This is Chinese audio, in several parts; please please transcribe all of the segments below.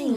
迎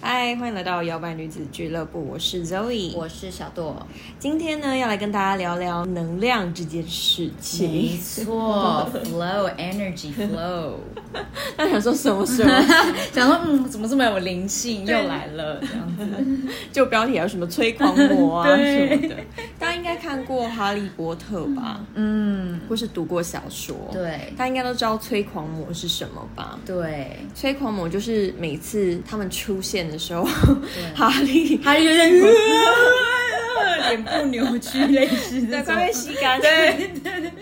嗨，欢迎来到摇摆女子俱乐部，我是 Zoe，我是小朵。今天呢，要来跟大家聊聊能量这件事没情。错，flow energy flow。那想说什么时 候？想说，嗯，怎么这么有灵性，又来了这样子。就标题还有什么催狂魔 啊对什么的？大家应该看过《哈利波特》吧，嗯，或是读过小说。，对大家应该都知道催狂魔是什么吧？对，催狂魔就是每次他们出现的时候， 哈利他有点脸部扭曲，类似对这快种。被吸干，对对，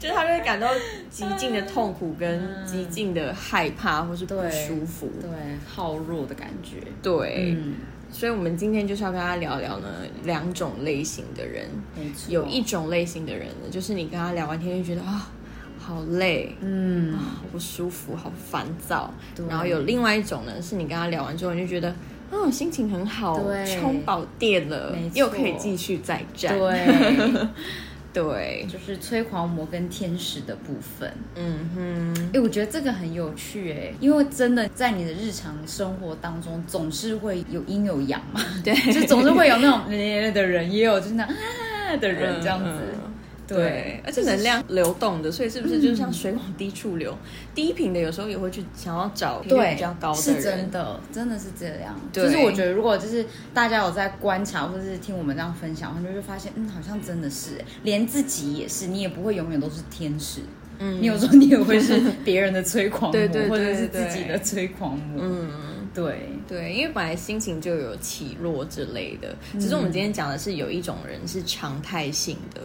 就是他就会感到极尽的痛苦跟极尽的害怕或是不舒服。对，好弱的感觉。对，嗯，所以我们今天就是要跟他聊聊呢两种类型的人，没错。有一种类型的人呢，就是你跟他聊完天就觉得啊、好累，啊嗯，好不舒服，好烦躁对。然后有另外一种呢，是你跟他聊完之后，你就觉得，嗯，心情很好，对充饱电了没，错又可以继续再战。对， 对，就是催狂魔跟天使的部分。嗯哼，哎、我觉得这个很有趣哎、因为真的在你的日常生活当中，总是会有阴有阳嘛， 对，就总是会有那种呃的人，也有就是那啊的人这样子。嗯对嗯对，，而且能量流动的，所以是不是就是像水往低处流？低频的有时候也会去想要找频率对，比较高的是真人。的，真的是这样。对就是我觉得，如果就是大家有在观察，或者是听我们这样分享，然后就会发现，嗯，好像真的是，连自己也是，你也不会永远都是天使。嗯你有时候你也会是别人的催狂魔， 对对对或者是自对己的催狂魔。嗯，对，对，因为本来心情就有起落之类的，只是嗯我们今天讲的是有一种人是常态性的，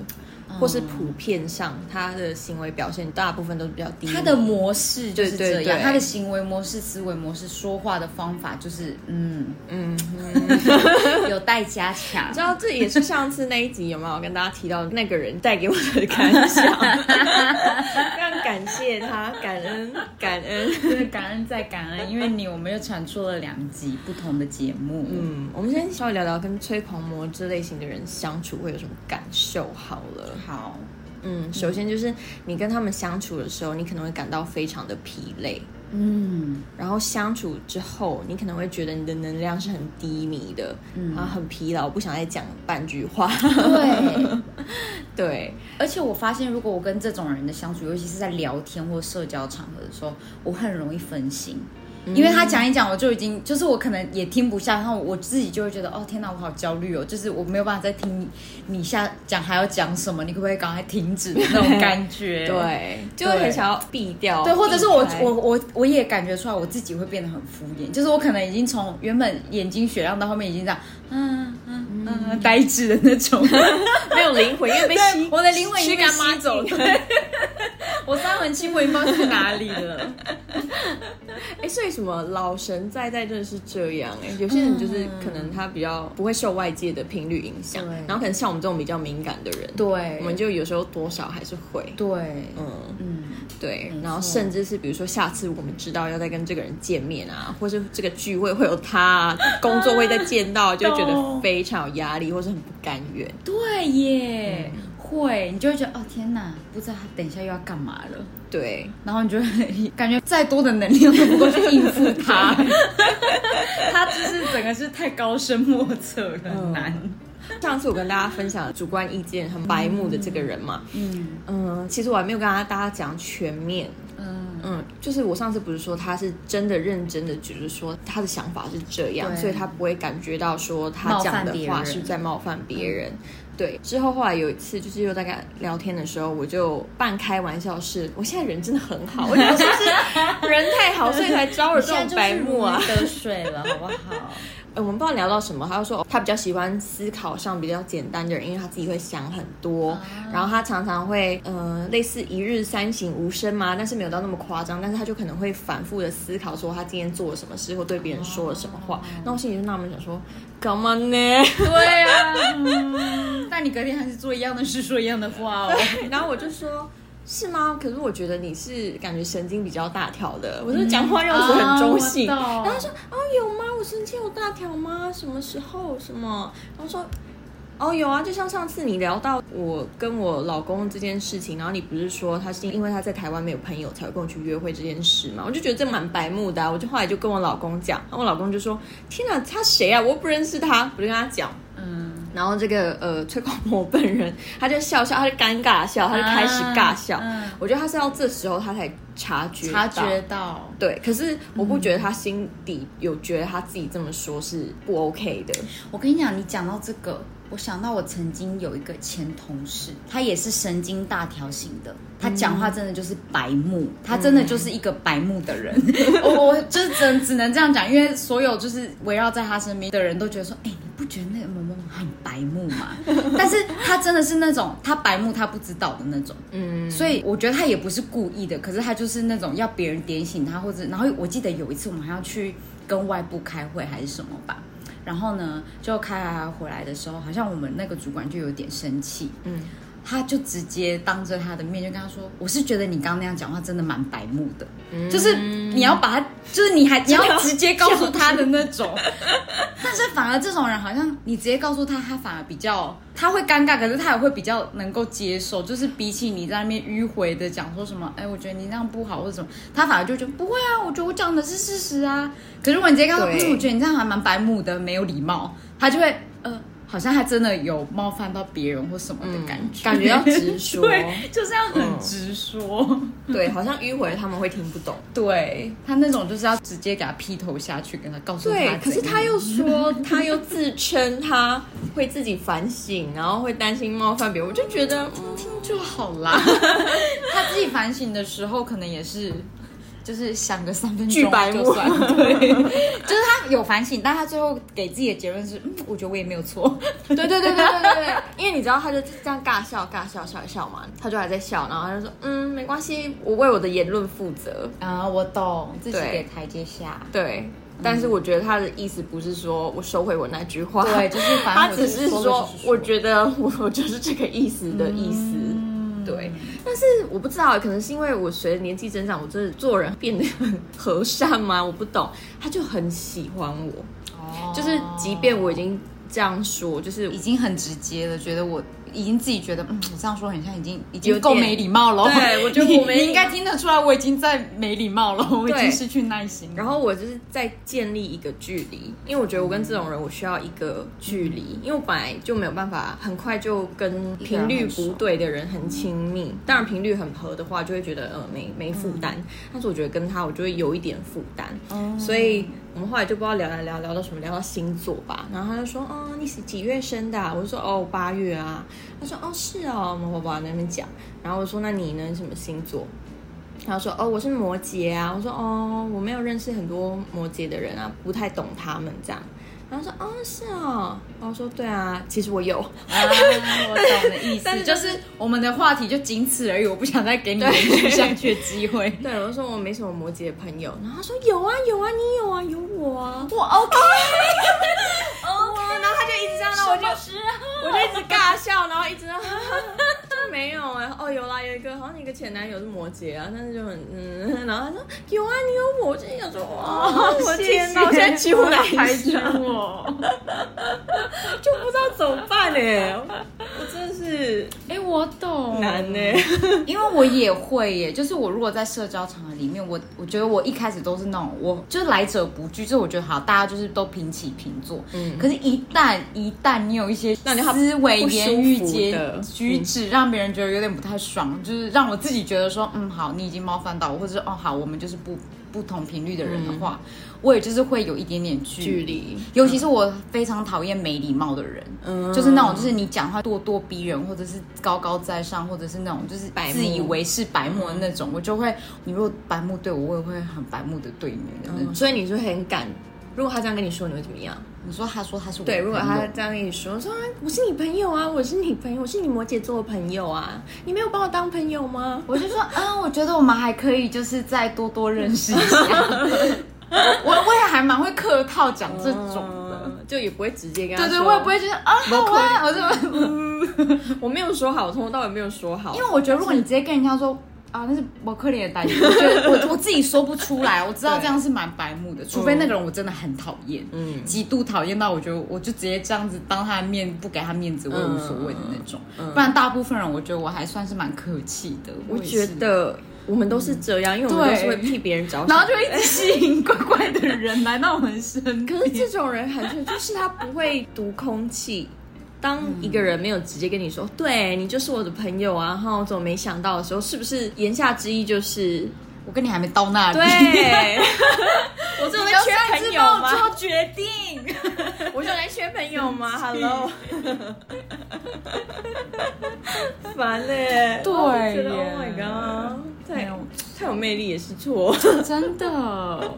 嗯或是普遍上他的行为表现大部分都是比较低迷。他的模式就是这样，对对对他的行为模式、思维模式、说话的方法就是，嗯，嗯，有待加强你知。道这也是上次那一集有没有跟大家提到那个人带给我的感 想？非常感谢他，感恩感恩。就是感恩再感恩，因为你我们又产出了两集不同的节目，嗯，我们先稍微聊聊跟催狂魔这类型的人相处会有什么感受好了。好，嗯，首先就是你跟他们相处的时候，你可能会感到非常的疲累，嗯，然后相处之后，你可能会觉得你的能量是很低迷的，嗯、然后很疲劳，不想再讲半句话。对。 对，而且我发现，如果我跟这种人的相处，尤其是在聊天或社交场合的时候，我很容易分心。因为他讲一讲，我就已经就是我可能也听不下，然后我自己就会觉得哦天哪，我好焦虑哦，就是我没有办法再听你下讲还要讲什么，你可不可以赶快停止的那种感觉？ 对，就会很想要避掉，对，或者是我避开我我我也感觉出来我自己会变得很敷衍，就是我可能已经从原本眼睛雪亮到后面已经这样，嗯嗯嗯，呆滞的那种。没有灵魂，因为被 吸对，， 我的灵魂已经驱被赶吸走了。了。 我三魂七魄已经不知道去哪里了。哎、所以什么老神在在真的是这样哎、有些人就是可能他比较不会受外界的频率影响，嗯对然后可能像我们这种比较敏感的人， 对我们就有时候多少还是会，对，嗯，嗯，对没，错然后甚至是比如说下次我们知道要再跟这个人见面啊，或是这个聚会会有他、 啊，工作会再见到，就会觉得懂非常有压力，或是很不甘愿。对耶，会，你就会觉得哦天哪，不知道他等一下又要干嘛了。对，然后你就会感觉再多的能量都不够去应付 他，他就是整个是太高深莫测了，很难。上次我跟大家分享主观意见很白目的这个人嘛，嗯嗯，其实我还没有跟大家讲全面，嗯，嗯，就是我上次不是说他是真的认真的，只是说他的想法是这样，对所以他不会感觉到说他讲冒犯的话别人是在冒犯别人。对，之后后来有一次，就是又大概聊天的时候，我就半开玩笑是，我现在人真的很好，我觉得是不是人太好，所以才招惹这种白目啊你。现在就是如鱼得水了，好不好？呃我们不知道聊到什么，他就说、哦他比较喜欢思考上比较简单的人，因为他自己会想很多，然后他常常会呃类似一日三省吾身嘛，但是没有到那么夸张，但是他就可能会反复的思考说他今天做了什么事或对别人说了什么话，那我心里就纳闷想说干嘛呢？ 对 啊，但你隔天还是做一样的事，说一样的话哦。然后我就说。是吗？可是我觉得你是感觉神经比较大条的，我就讲话样子很中性。嗯啊我懂然后他说：“哦，有吗？我神经有大条吗？什么时候？什么？”然后说：“哦，有啊，就像上次你聊到我跟我老公这件事情，然后你不是说他是因为他在台湾没有朋友才会跟我去约会这件事嘛？我就觉得这蛮白目的、啊，我就后来就跟我老公讲，然后我老公就说：‘天哪，他谁啊？我又不认识他。’我就跟他讲。”嗯，然后这个呃崔广博本人，他就笑笑，他就尴尬笑，他就开始尬笑。啊嗯我觉得他是到这时候他才察觉察到觉到。对，可是我不觉得他心底有觉得他自己这么说是不 OK 的。我跟你讲，你讲到这个，我想到我曾经有一个前同事，他也是神经大条型的，他讲话真的就是白目，他真的就是一个白目的人。 我我就是只能只能这样讲，因为所有就是围绕在他身边的人都觉得说，哎、你不觉得那个某某某很白目吗？但是他真的是那种他白目他不知道的那种。嗯，所以我觉得他也不是故意的，可是他就是那种要别人点醒他，或者然后我记得有一次我们还要去跟外部开会还是什么吧，然后呢就开开回来的时候，好像我们那个主管就有点生气，嗯，他就直接当着他的面就跟他说：“我是觉得你刚刚那样讲话真的蛮白目的，嗯就是你要把他，就是你还你要直接告诉他的那种。 但是反而这种人好像你直接告诉他，他反而比较他会尴尬，可是他也会比较能够接受。就是比起你在那边迂回的讲说什么，哎，我觉得你那样不好或者什么，他反而就觉得不会啊，我觉得我讲的是事实啊。可是如果你直接告诉他，对嗯，我觉得你这样还蛮白目的，没有礼貌，他就会呃。好像他真的有冒犯到别人或什么的感觉，嗯感觉要直说 对，就是要很嗯直说。对，好像迂回他们会听不懂。对他那种就是要直接给他劈头下去，跟他告诉他怎对样。，可是他 又说，他又自称他会自己反省，然后会担心冒犯别人，我就觉得，嗯，听就好 啦。他自己反省的时候，可能也是就是想个三分巨钟白就目算。对， 就是他有反省，但他最后给自己的结论是，嗯，我觉得我也没有错。对对对对对对对，因为你知道，他就这样尬笑尬笑笑一笑嘛，他就还在笑，然后他就说，嗯，没关系，我为我的言论负责。 啊，我懂，自己对给台阶下。对，但是我觉得他的意思不是说我收回我那句 话，对，就是反正他我就只是说说了就是，我觉得我我就是这个意思的意思。嗯对，但是我不知道，可能是因为我随着年纪增长，我真的做人变得很和善吗？我不懂，他就很喜欢我，哦就是即便我已经这样说，就是已经很直接了，觉得我已经自己觉得，嗯，我这样说很像已经已有经点够没礼貌了。对我觉 得你我没你应该听得出来，我已经在没礼貌了，我已对经失去耐心了。然后我就是在建立一个距离，因为我觉得我跟这种人，我需要一个距离，因为我本来就没有办法很快就跟频率不对的人很亲密。当然频率很合的话，就会觉得呃没没负担，但是我觉得跟他，我就会有一点负担。哦所以我们后来就不知道聊来聊聊到什么，聊到星座吧。然后他就说，哦，你是几月生的、啊？我就说，哦，八月啊。他说，哦，是哦，我爸爸那边讲。然后我说，那你呢？你什么星座？他说：“哦，我是摩羯啊。”我说：“哦，我没有认识很多摩羯的人啊，不太懂他们这样。”然后说：“哦，是哦。”然后我说：“对啊，其实我有。啊，我懂的意 但思，是就就是是我们的话题就仅此而已，我不想再给你延续下去的机 会”。对，我就说我没什么摩羯的朋友。然后他说：“有啊，有啊，你有啊，有我啊。我 OK，” 哇然后他就一直这样，然后我就我就一直尬笑，然后一直这样。 就没有哎、哦，有啦，有一个好像你一个前男友是摩羯啊，但是就很嗯，然后他说有啊，你有我，我就想说哇，哦 我天哪，我现在几乎来排一除下我。 就不知道怎么办呢、欸我真的是哎、我懂，难呢、欸哦 因为我也会耶，就是我如果在社交场合里面，我我觉得我一开始都是那种，我就是来者不拒，就是我觉得好，大家就是都平起平坐。嗯可是，一旦一旦你有一些让你很思维、不舒服言语、的节嗯举止，让别人觉得有点不太爽，就是让我自己觉得说，嗯，好，你已经冒犯到我，或者是哦，好，我们就是不不同频率的人的话，我也就是会有一点点距离。嗯离，尤其是我非常讨厌没礼貌的人，嗯就是那种，就是你讲话咄咄逼人，或者是高高在上，或者是那种就是白目自以为是白目的那种，我就会，你如果白目对我，我也会很白目的对你的那种。 所以你就很敢。如果他这样跟你说，你会怎么样？你说他说他是我的对，如果朋友他这样跟你说，说啊我是你朋友啊，我是你朋友，我是你摩羯座的朋友啊，你没有把我当朋友吗？我就说，嗯，我觉得我们还可以，就是再多多认识一下。 我我也还蛮会客套讲这种的，嗯就也不会直接跟他对说。对，我也不会觉得啊，好啊，我就嗯我没有说好，我从头到尾没有说好，因为我觉得如果你直接跟人家说啊，那是我可怜的代言， 我觉得我我自己说不出来，我知道对这样是蛮白目的，除非那个人我真的很讨厌，嗯极度讨厌到我觉得我就直接这样子当他的面不给他面子，我也无所谓的那种。不然大部分人我觉得我还算是蛮客气的，嗯我也是觉。得我们都是这样，因为我们都是会替别人着然后想。就一直吸引怪怪的人来到我们身边，可是这种人很是，就是他不会读空气。当一个人没有直接跟你说“对你就是我的朋友啊”，然后我怎么没想到的时候，是不是言下之意就是我跟你还没到那“里， 对，我这种在缺朋友你要擅自帮我吗？做决定。我这种在缺朋友 吗？”Hello，烦嘞、对我觉得耶 Oh my god，没太 有太有魅力也是错。真的，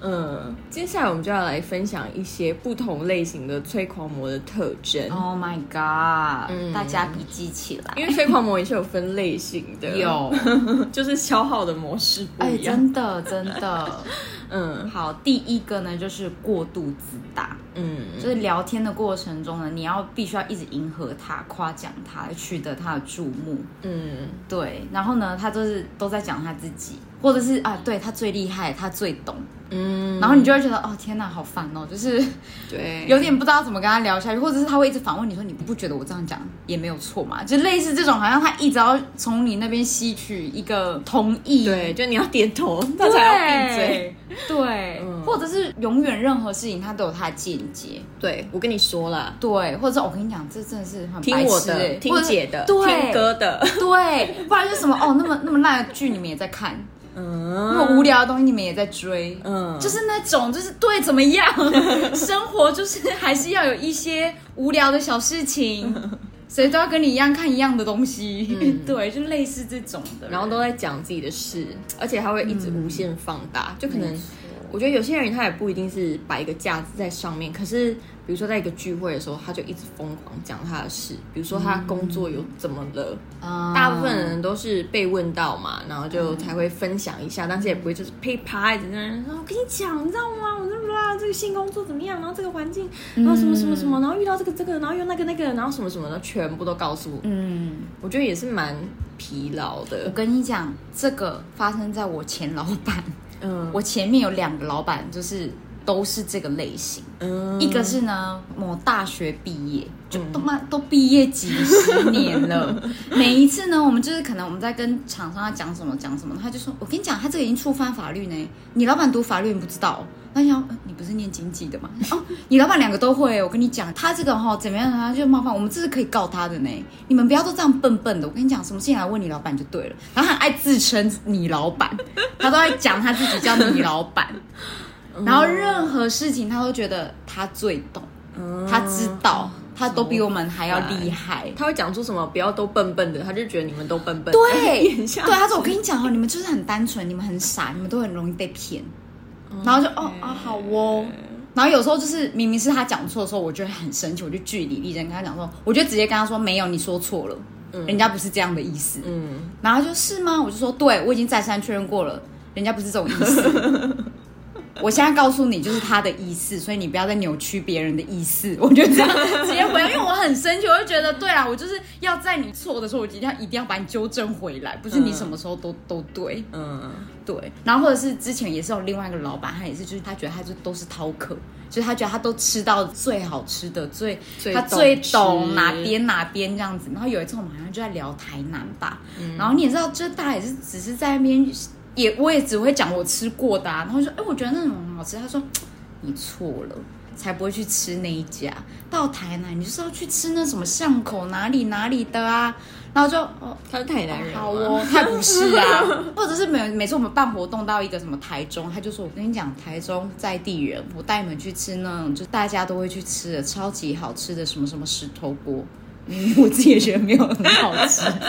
嗯，接下来我们就要来分享一些不同类型的催狂魔的特征。 Oh my god！、嗯大家笔记起来。哦因为催狂魔也是有分类型的，有， 就是消耗的模式不哎，一样。真的真的。 嗯好，第一个呢就是过度自大，嗯就是聊天的过程中呢，你要必须要一直迎合他、夸奖他，取得他的注目。嗯，对，然后呢，他就是都在讲他自己，或者是啊，对他最厉害，他最懂，嗯，然后你就会觉得哦，天哪，好烦哦， 就是对，有点不知道怎么跟他聊下去，或者是他会一直反问你说你不觉得我这样讲也没有错嘛？就类似这种，好像他一直要从你那边吸取一个同意，对，就你要点头，他对，才要闭嘴。对，嗯或者是永远任何事情他都有他的见解，对，我跟你说啦，对，或者是我跟你讲，这真的是很听白我痴欸的，听或者是姐的，对，听哥的，对，不然就是什么哦，那么那么烂的剧你们也在看，那嗯么无聊的东西你们也在追，嗯，就是那种，就是对怎么样， 生活就是还是要有一些无聊的小事情， 谁都要跟你一样看一样的东西， 对，就类似这种的。嗯然后都在讲自己的事，而且他会一直无限放大，就可能没错我觉得有些人他也不一定是摆一个架子在上面，可是比如说在一个聚会的时候，他就一直疯狂讲他的事，比如说他工作有怎么了，啊大部分人都是被问到嘛，然后就才会分享一下，但是也不会就是噼啪一直在那边说，哦我跟你讲，你知道吗？我那啦这个新工作怎么样，然后这个环境，然后什么什么什么，然后遇到这个这个，然后又那个那个，然后什么什么的，全部都告诉我，嗯，我觉得也是蛮疲劳我的，跟你讲，这个发生在我前老板，嗯我前面有两个老板，就是都是这个类型。嗯一个是呢，某大学毕业，就都妈都毕业几十年了。每一次呢，我们就是可能我们在跟厂商要讲什么讲什么，他就说：“我跟你讲，他这个已经触犯法律呢。你老板读法律你不知道哦？那你想、呃你不是念经济的吗？哦，你老板两个都会。我跟你讲，他这个哈、怎么样，他就冒犯我们，这是可以告他的呢。你们不要都这样笨笨的。我跟你讲，什么事情来问你老板就对了。然后他很爱自称你老板，他都在讲他自己叫你老板。”然后任何事情他都觉得他最懂，嗯他知道，他都比我们还要厉害。他会讲出什么不要都笨笨的，他就觉得你们都笨笨的。对，眼下对，他说我跟你讲哦，你们就是很单纯，你们很傻，你们都很容易被骗。然后就哦啊好哦，然后有时候就是明明是他讲错的时候，我就会很生气，我就据理力争跟他讲说，我就直接跟他说没有，你说错了，人家不是这样的意思。嗯，然后他就是吗？我就说对，我已经再三确认过了，人家不是这种意思。我现在告诉你，就是他的意思，所以你不要再扭曲别人的意思。 我就这样直接回，因为我很生气，我就觉得对啊，我就是要在你错的时候，我一定要一定要把你纠正回来，不是你什么时候都、都对嗯，对。然后或者是之前也是有另外一个老板，他也是就是他觉得他就都是饕客，就是他觉得他都吃到最好吃的，最最他懂最懂吃哪边哪边这样子。然后有一次我们好像就在聊台南吧，嗯然后你也知道，就大家也是只是在那边，也我也只会讲我吃过的、啊，然后就说，哎、我觉得那种很好吃。他说嗯你错了。才不会去吃那一家。到台南，你就是要去吃那什么巷口哪里哪里的啊。然后就哦，他是台南人吗好哦，他不是啊， 或者是每每次我们办活动到一个什么台中，他就说：“我跟你讲，台中在地人，我带你们去吃那种就大家都会去吃的超级好吃的什么什么石头锅。” 嗯，我自己也觉得没有很好吃，但是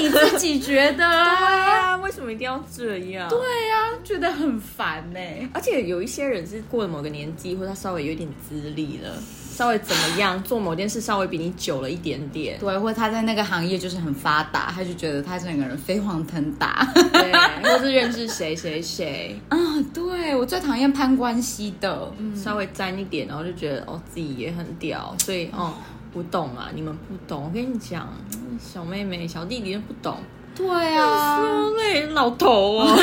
你自己觉得啊，啊，为什么一定要这样？对，对啊呀、觉得很烦欸呢、而且有一些人是过了某个年纪，或者他稍微有点资历了，稍微怎么样做某件事稍微比你久了一点点。对，或者他在那个行业就是很发达，他就觉得他整个人飞黄腾达。对，或是认识谁谁谁，啊，对我最讨厌攀关系的，嗯嗯稍微沾一点，然后就觉得哦自己也很屌，所以哦不懂啊，你们不懂。我跟你讲，小妹妹、小弟弟都不懂，对啊，好累，老头哦。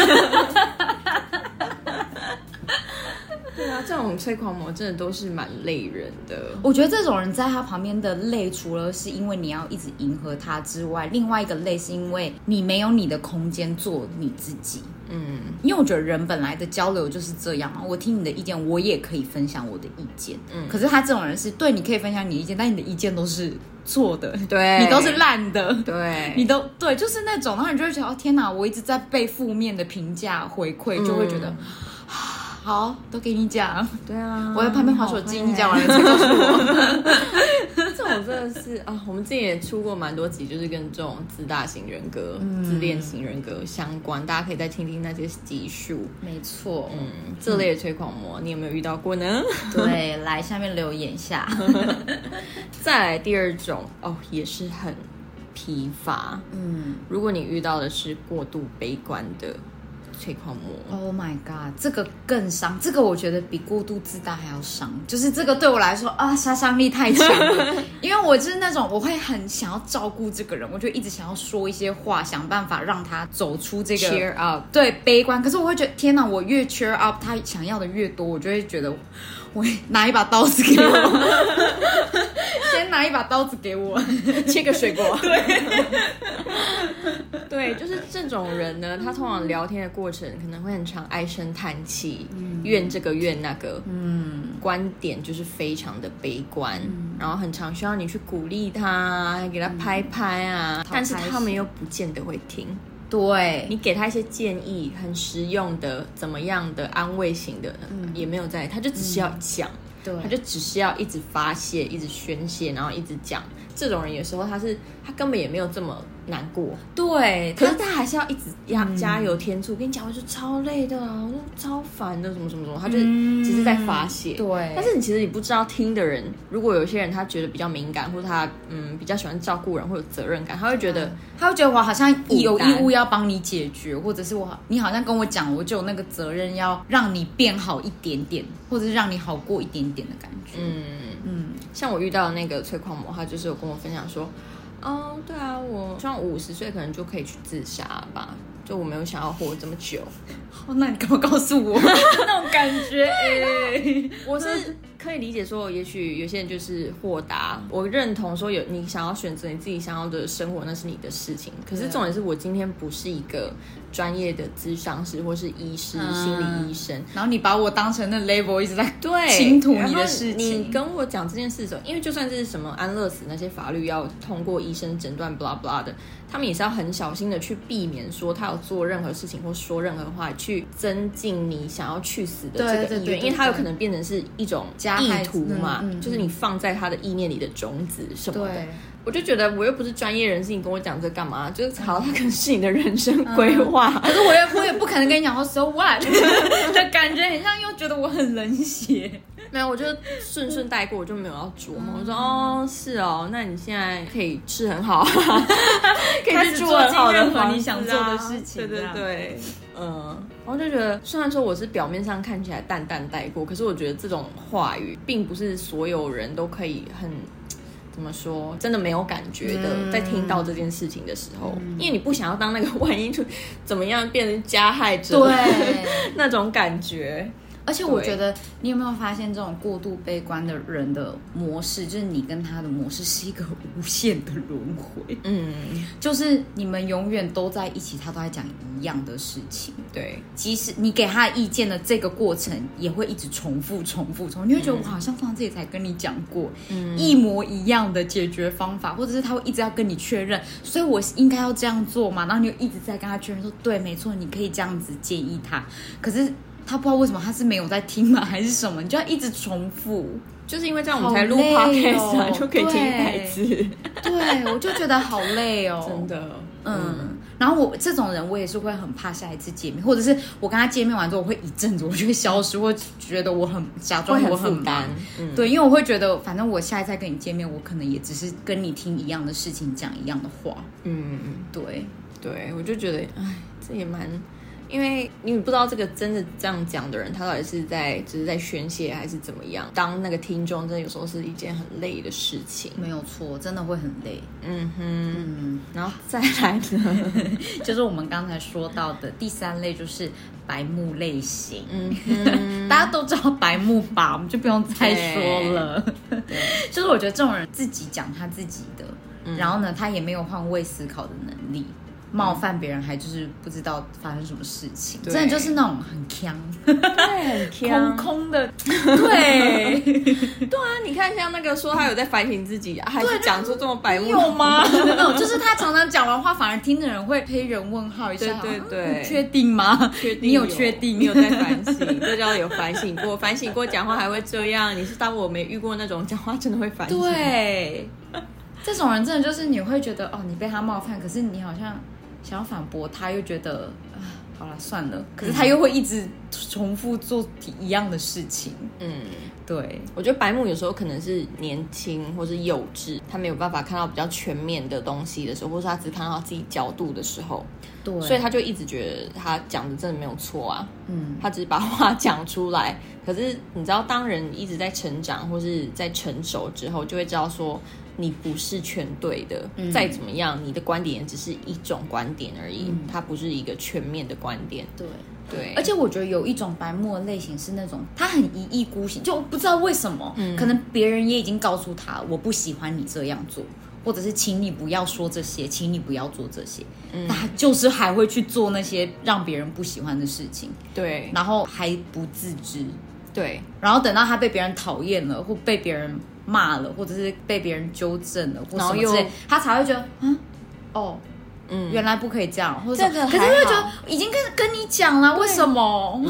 对啊，这种催狂魔真的都是蛮累人的。我觉得这种人在他旁边的累，除了是因为你要一直迎合他之外，另外一个累是因为你没有你的空间做你自己。嗯因为我觉得人本来的交流就是这样啊，我听你的意见，我也可以分享我的意见。嗯可是他这种人是对你可以分享你的意见，但你的意见都是错的，对你都是烂的，对，你都对，就是那种，然后你就会觉得哦天哪，我一直在被负面的评价回馈，就会觉得、嗯啊好，都给你讲。对啊，我在旁边划手机，好累你讲 完了才告诉我。这种真的是啊，我们之前也出过蛮多集，就是跟这种自大型人格、嗯自恋型人格相关，大家可以再听听那些集数。没错，嗯，这类的催狂魔，你有没有遇到过呢？对，来下面留言一 下。再来第二种哦，也是很疲乏。嗯如果你遇到的是过度悲观的催狂魔， ，Oh my god，这个更伤，这个我觉得比过度自大还要伤，就是这个对我来说啊，杀伤力太强 了，因为我就是那种我会很想要照顾这个人，我就一直想要说一些话，想办法让他走出这个 cheer up，对悲观，可是我会觉得天哪，我越 cheer up，他想要的越多，我就会觉得我拿一把刀子给我， 先拿一把刀子给我。切个水果。 对，对，就是这种人呢，他通常聊天的过程可能会很常唉声叹气，怨这个怨那个，嗯，观点就是非常的悲观，然后很常需要你去鼓励他，给他拍拍啊，嗯但是讨拍他们又不见得会听。对，你给他一些建议，很实用的，怎么样的安慰型的，也没有在，他就只是要讲，嗯对他就只是要一直发泄，一直宣泄，然后一直讲。这种人有时候他是他根本也没有这么难过，对，可他是他还是要一直加、嗯加油添醋。我跟你讲，我就超累的啊，我就超烦的，什么什么什么，他就是嗯只是在发泄。对但是你其实你不知道听的人，如果有些人他觉得比较敏感，或者他嗯比较喜欢照顾人或有责任感，他会觉得。他会觉得我好像有负担义务要帮你解决，或者是我你好像跟我讲，我就有那个责任要让你变好一点点，或者是让你好过一点点的感觉。嗯嗯，像我遇到的那个催狂魔，他就是有跟我分享说，哦，对啊，我希望五十岁可能就可以去自杀吧，就我没有想要活这么久。好，那你干嘛告诉我那种感觉？哎 我是可以理解说，也许有些人就是豁达，我认同说有你想要选择你自己想要的生活，那是你的事情。可是对重点是我今天不是一个专业的咨商师或是医师、嗯心理医生，然后你把我当成那 label 一直在对，倾吐你然后的事情你跟我讲这件事的时候，因为就算是什么安乐死那些法律要通过医生诊断，blah blah 的，他们也是要很小心的去避免说他有做任何事情或说任何话，去增进你想要去死的这个意愿，对对对对因为他有对可能变成是一种加意害图嘛，嗯嗯嗯就是你放在他的意念里的种子什么的对。我就觉得我又不是专业人士，你跟我讲这干嘛？就是好，嗯他可能是你的人生规划。可是我也我也不可能跟你讲说 so what 的感觉，很像又觉得我很冷血。没有，我就顺顺带过，我就没有要琢磨。我说哦，是哦，那你现在可以吃很好， 可开以始去做住很好的任何房子啊你想做的事情对对这对，嗯，然后就觉得，虽然说我是表面上看起来淡淡带过，可是我觉得这种话语并不是所有人都可以很。怎么说？真的没有感觉的，嗯在听到这件事情的时候，因为你不想要当那个 万一就怎么样变成加害者， 那种感觉。而且我对觉得你有没有发现，这种过度悲观的人的模式，就是你跟他的模式是一个无限的轮回，嗯，就是你们永远都在一起，他都在讲一样的事情。对。即使你给他的意见的这个过程，也会一直重复、重复、重复，你会觉得我好像上次也才跟你讲过，一模一样的解决方法，或者是他会一直要跟你确认，所以我应该要这样做嘛？然后你就一直在跟他确认说，对，没错，你可以这样子建议他，可是。他不知道为什么他是没有在听吗，还是什么？你就要一直重复。就是因为这样我们才录好累哦 podcast 啊，就可以听对一百次，对，我就觉得好累哦，真的。嗯，然后我这种人，我也是会很怕下一次见面，或者是我跟他见面完之后，我会一阵子我就会消失，我觉得我很假装会很我很负忙担嗯对，因为我会觉得，反正我下一次再跟你见面，我可能也只是跟你听一样的事情，讲一样的话，嗯，对，对，我就觉得，哎，这也蛮因为你不知道这个真的这样讲的人，他到底是在就是在宣泄还是怎么样。当那个听众，真的有时候是一件很累的事情。没有错，真的会很累。嗯哼，嗯，然后再来呢，就是我们刚才说到的第三类，就是白目类型。嗯哼， 大家都知道白目吧，我们就不用再说了。对，嗯就是我觉得这种人自己讲他自己的，然后呢，他也没有换位思考的能力，冒犯别人还就是不知道发生什么事情，对真的就是那种很强、对，很空呛空的， 对， 对啊，你看像那个说他有在反省自己，还是讲出这么白目有吗？没有，就是他常常讲完话，反而听的人会黑人问号一下，对对嗯对你确定吗？确定你有确定？你有在反省， 这叫有反省过。反省过讲话还会这样，你是当我没遇过那种讲话真的会反省。，对，这种人真的就是你会觉得哦，你被他冒犯，可是你好像想要反驳他，又觉得啊，好了算了，可是他又会一直重复做一样的事情。嗯，对，我觉得白目有时候可能是年轻或是幼稚，他没有办法看到比较全面的东西的时候，或是他只看到他自己角度的时候，对，所以他就一直觉得他讲的真的没有错啊。嗯，他只是把话讲出来。 可是你知道，当人一直在成长或是在成熟之后，就会知道说你不是全对的。嗯再怎么样，你的观点只是一种观点而已，嗯它不是一个全面的观点。对。对，而且我觉得有一种白目的类型是那种他很一意孤行，就不知道为什么，嗯可能别人也已经告诉他我不喜欢你这样做，或者是请你不要说这些，请你不要做这些，嗯但他就是还会去做那些让别人不喜欢的事情，对然后还不自知，对然后等到他被别人讨厌了，或被别人骂了，或者是被别人纠正了，或什然后么又之类，他才会觉得，嗯，哦，嗯原来不可以这样，或者什么这个可是还会觉好得已经跟跟你讲了，为什么？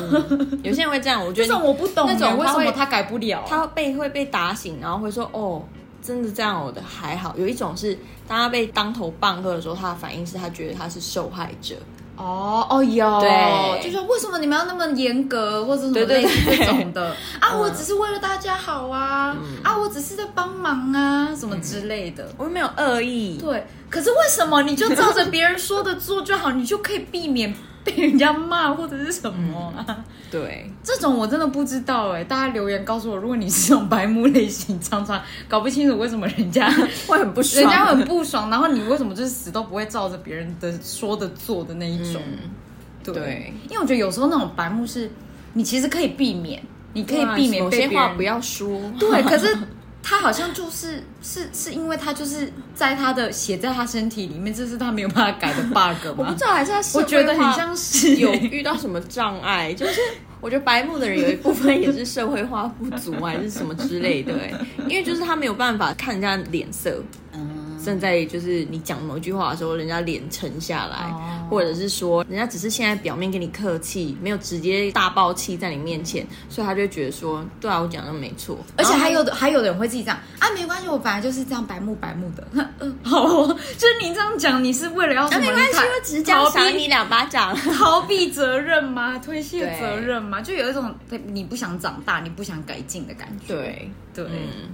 有些人会这样，我觉这得种你我不懂耶，嗯那种为他什会么他改不了？他被会被打醒，然后会说哦。真的这样，我的还好。有一种是，当他被当头棒喝的时候，他的反应是他觉得他是受害者，哦哦有，对就是为什么你们要那么严格，或者什么对对嗯类似对这种的啊？我只是为了大家好啊，嗯啊，我只是在帮忙啊，什么之类的。我没有恶意。对，可是为什么你就照着别人说的做就好，你就可以避免被人家骂或者是什么啊、对，这种我真的不知道哎、大家留言告诉我，如果你是这种白目类型，常常搞不清楚为什么人 家会很不爽。人家很不爽，然后你为什么就是死都不会照着别人的说的做的那一种。对嗯对因为我觉得有时候那种白目是，你其实可以避免，你可以避免啊某被些别人话不要说。对，可是他好像就是是是因为他就是在他的写在他身体里面，这是他没有办法改 的 bug 我不吗知？道，还是他社我会觉得很化像是 有遇到什么障 碍，就是我觉得白目的人有一部分也是社会化不足啊，还是什么之类 的、欸，因为就是他没有办法看人家脸色。嗯正在就是你讲某句话的时候，人家脸沉下来，哦或者是说人家只是现在表面跟你客气，没有直接大爆气在你面前，所以他就觉得说，对啊，我讲的没错。而且然后还有的还有的人会自己这样啊，没关系，我本来就是这样白目白目的。 嗯，好、哦，就是你这样讲，你是为了要什啊，么？没关系，你才我只是这样逃避赏你两巴掌。 逃避责任吗？推卸对责任吗？就有一种你不想长大，你不想改进的感觉。对，对，嗯。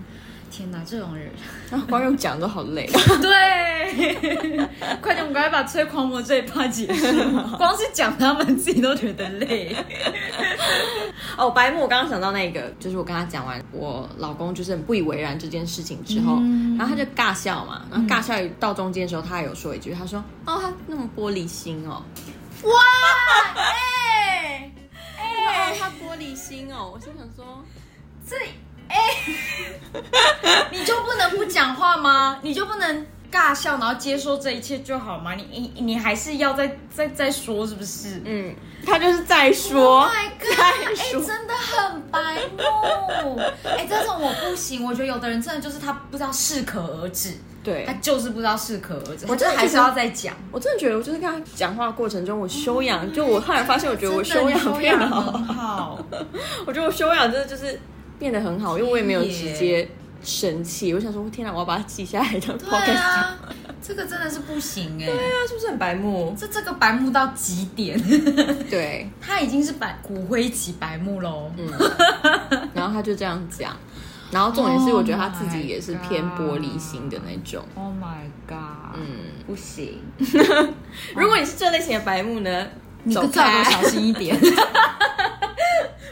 天哪，这种人，啊，光用讲都好 累。 对，快点，我们赶快把吹狂魔这一趴结束。 光是讲他们自己都觉得累。哦，白木，我刚刚想到那个，就是我跟他讲完我老公就是很不以为然这件事情之后，然后他就尬笑嘛，然后尬笑到中间的时候，他还有说一句，他说：“哦，他那么玻璃心哦，哇，哎、哦，他玻璃心哦。”我心想说，这 哎，你就不能不讲话吗？你就不能尬笑，然后接受这一切就好吗？你你你还是要再再再说，是不是？嗯，他就是在说 Oh my god！在哎、说。真的很白目。哎、这种我不行，我觉得有的人真的就是他不知道适可而止，对他，就是不知道适可而止，我我真真的的还觉是得要再讲。我真的觉得，我就是跟他讲话过程中，我修养，就我后来发现，我觉得我修养真的你变养好很，好，我觉得我修养真的就是变得很好，因为我也没有直接生气。我想说，天哪， 我要把它记下来当 podcast 对。啊，这个真的是不行哎、对啊，是不是很白目？这这个白目到极点， 对，他已经是白骨灰级白目喽。嗯然后他就这样讲，然后重点是，我觉得他 Oh my 自己也是偏玻璃心的那 种。 Oh my god！嗯，不行，如果你是这类型的白目呢，你走最好给开我小心一点，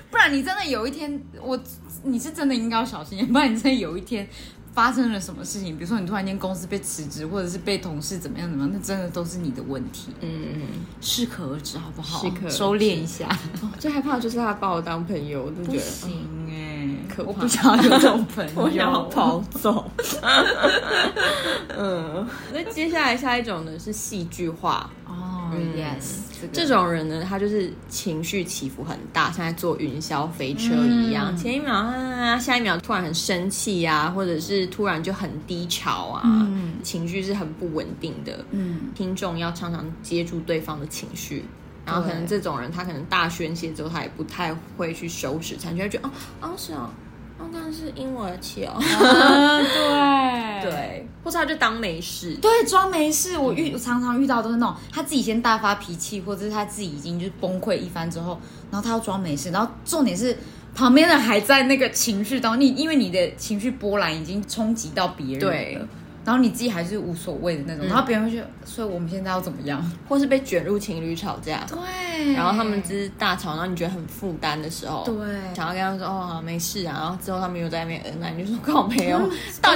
不然你真的有一天，我你是真的应该要小心一点，不然你真的有一天发生了什么事情，比如说你突然间公司被辞职，或者是被同事怎么样怎么样，那真的都是你的问题，嗯，适可而止，好不好？适可而止收敛一下，哦最害怕的就是他把我当朋友，我就不觉得行哎、可怕我不想要有这种朋友， 我想要跑走。 嗯， 那接下来下一种呢是戏剧化，哦、嗯 y e s 这种人呢，他就是情绪起伏很大，像在坐云霄飞车一样，嗯前一秒啊，下一秒突然很生气啊，或者是突然就很低潮啊，嗯情绪是很不稳定的。嗯，听众要常常接住对方的情绪。然后可能对这种人，他可能大宣泄之后，他也不太会去收拾，他就会觉得哦哦是哦，哦当然是因我而起哦，啊 对对，或者他就当没事，对，装没事。我遇我常常遇到都是那种他自己先大发脾气，或者是他自己已经就是崩溃一番之后，然后他要装没事，然后重点是旁边的还在那个情绪当中，你因为你的情绪波澜已经冲击到别人了对然后你自己还是无所谓的那种，然后别人会觉得，所以我们现在要怎么样？或是被卷入情侣吵架，对然后他们只是大吵，然后你觉得很负担的时候，嗯对想要跟他们说哦好没事啊，然后之后他们又在那边恩爱，你就说靠没有，到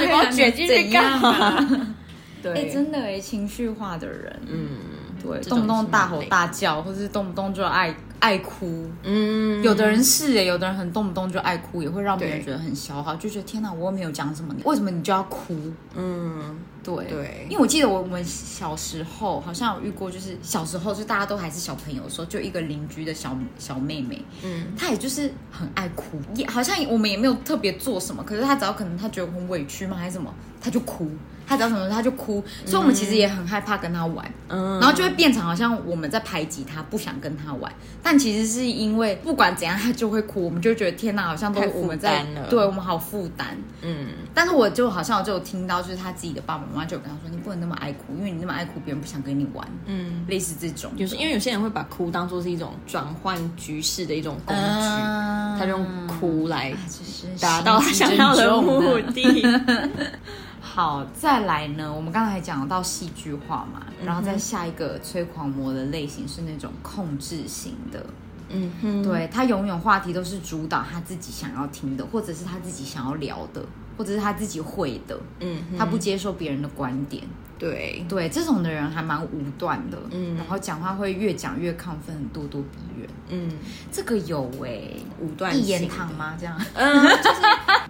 到底底把把我我卷卷进进去去干干嘛？嘛？对，哎、真的哎，情绪化的人，嗯对，这动不种动是大蛮吼累大叫，或者是动不动就爱爱哭，嗯，有的人是哎，有的人很动不动就爱哭，也会让别人对觉得很消耗，就觉得天哪，我又没有讲什么，你为什么你就要哭？嗯对对因为我记得我们小时候好像有遇过，就是小时候就大家都还是小朋友的时候，就一个邻居的小小妹妹，嗯她也就是很爱哭，也好像我们也没有特别做什么，可是她只要可能她觉得很委屈嘛还是什么，她就哭，她只要什么她就哭，所以我们其实也很害怕跟她玩。嗯，然后就会变成好像我们在排挤他，不想跟他玩。但其实是因为不管怎样，他就会哭，我们就会觉得天哪，好像都太是负我们在担了对我们好负担。嗯但是我就好像我就有听到，就是他自己的爸爸妈妈就有跟他说，你不能那么爱哭，因为你那么爱哭，别人不想跟你玩，嗯。类似这种有时因为有些人会把哭当做是一种转换局势的一种工具，嗯他就用哭来啊这是达到他心想机要的真重目的。 好，再来呢，我们刚才讲到戏剧化嘛，嗯然后再下一个催狂魔的类型是那种控制型的。嗯哼，对他永远话题都是主导他自己想要听的，或者是他自己想要聊的，或者是他自己会的，嗯哼，他不接受别人的观点。对，对，这种的人还蛮武断的，嗯然后讲话会越讲越亢奋，咄咄逼人。嗯，这个有哎、武断一言型，堂吗？这样 嗯，就是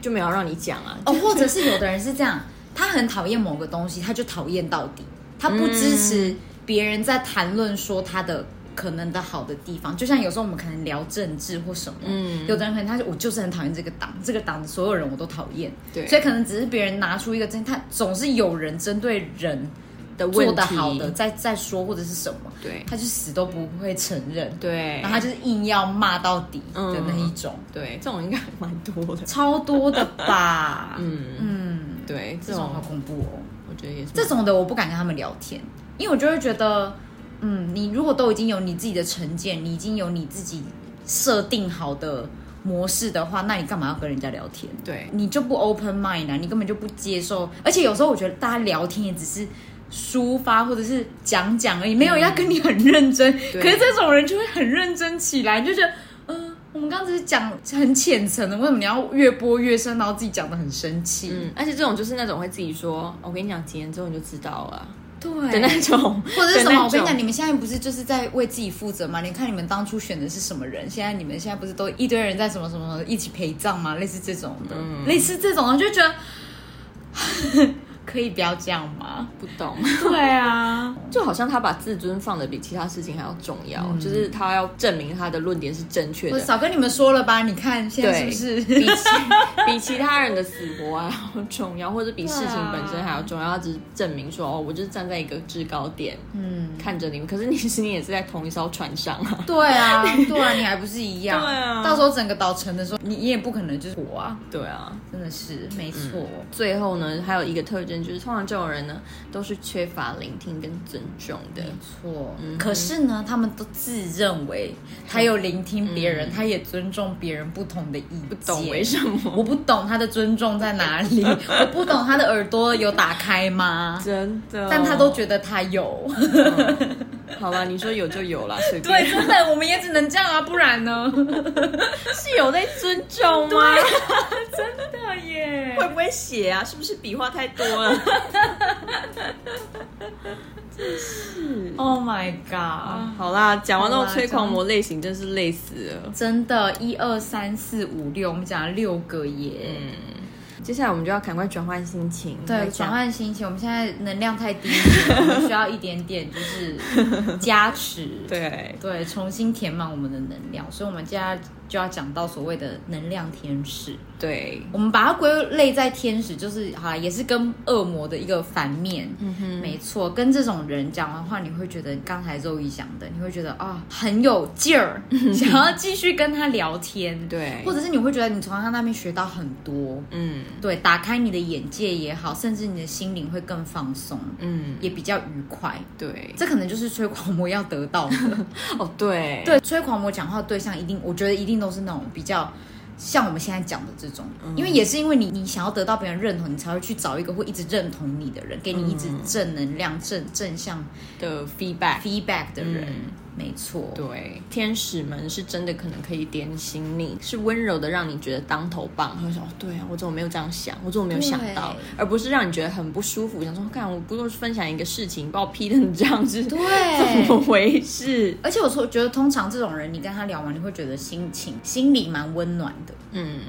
就没有让你讲啊，哦，或者是有的人是这样，他很讨厌某个东西，他就讨厌到底，他不支嗯持别人在谈论说他的。可能的好的地方，就像有时候我们可能聊政治或什么，嗯，有的人可能他就我就是很讨厌这个党，这个党的所有人我都讨厌，对所以可能只是别人拿出一个争，他总是有人针对人的做问的题，好的在在说或者是什么，对他就死都不会承认，对，然后他就是硬要骂到底嗯的那一种，对这种应该蛮多的，超多的吧，嗯嗯，嗯，对，这这种好种恐怖哦，我觉得也是这种的我不敢跟他们聊天，因为我就会觉得，嗯，你如果都已经有你自己的成见，你已经有你自己设定好的模式的话，那你干嘛要跟人家聊天？对，你就不 open mind 啊，你根本就不接受。而且有时候我觉得大家聊天也只是抒发或者是讲讲而已，没有要跟你很认真。对可是这种人就会很认真起来，你就觉得，嗯、我们刚刚只是讲很浅层的，为什么你要越播越深，然后自己讲的很生气？嗯，而且这种就是那种会自己说，我跟你讲，几年之后你就知道了对，的那种，哎 或者是什的那么？种我跟你讲，你们现在不是就是在为自己负责吗？你看你们当初选的是什么人，现在你们现在不是都一堆人在什么什么什么一起陪葬吗？类似这种的，嗯类似这种的，我就觉得 可以不要这样吗？不懂。对啊， 就好像他把自尊放的比其他事情还要重要，嗯就是他要证明他的论点是正确我 的，少跟你们说了吧，你看现在是不比 是？其比其他人的死活还要重要，或者比事情本身还要重啊要。他只是证明说，哦，我就是站在一个制高点嗯，看着你们，可是你其实你也是在同一艘船上啊。 对啊，对啊，你还不是一样？对啊到时候整个岛沉的时候，你你也不可能就是我啊，对啊，真的是没错。最后呢，还有一个特征就是，通常这种人呢，都是缺乏聆听跟尊重的。没错，可是呢，他们都自认为他有聆听别人，他也尊重别人不同的意嗯见。不不懂为什么？我不懂他的尊重在哪 里，我不懂他的耳朵有打开吗？真的但他都觉得他有，好啦，你说有就有啦，随便。对，真的，我们也只能这样啊，不然呢？是有在尊重吗？真的耶会不会写啊？是不是笔画太多了？ ！Oh my god！ 好啦，讲完那种好啦催狂魔类型，真是累死了。真的，一二三四五六，我们讲了六个耶。接下来我们就要赶快转换心情，来对，讲转换心情，我们现在能量太低了，我们需要一点点就是加持，对， 对，重新填满我们的能量。所以，我们接下来就要讲到所谓的能量天使，对，我们把它归类在天使，就是哈，也是跟恶魔的一个反面。嗯哼，没错，跟这种人讲完话，你会觉得刚才肉一讲的，你会觉得啊、很有劲 儿，想要继续跟他聊天。对或者是你会觉得你从他那边学到很多，嗯对，打开你的眼界也好，甚至你的心灵会更放松，嗯，也比较愉快。对，这可能就是催狂魔要得到的。哦对，对，催狂魔讲话的对象一定，我觉得一定都是那种比较。像我们现在讲的这种，嗯因为也是因为你，你想要得到别人认同，你才会去找一个会一直认同你的人，给你一直正能量、正正向的 feedback， feedback 的人，嗯没错。对，天使们是真的可能可以点醒你，是温柔的让你觉得当头棒，会说哦，对啊，我怎么没有这样想，我怎么没有想到对，而不是让你觉得很不舒服，想说看我不过是分享一个事情，把我批成这样子，对 怎么回事？而且我说，觉得通常这种人，你跟他聊完，你会觉得心情心里蛮温暖的。嗯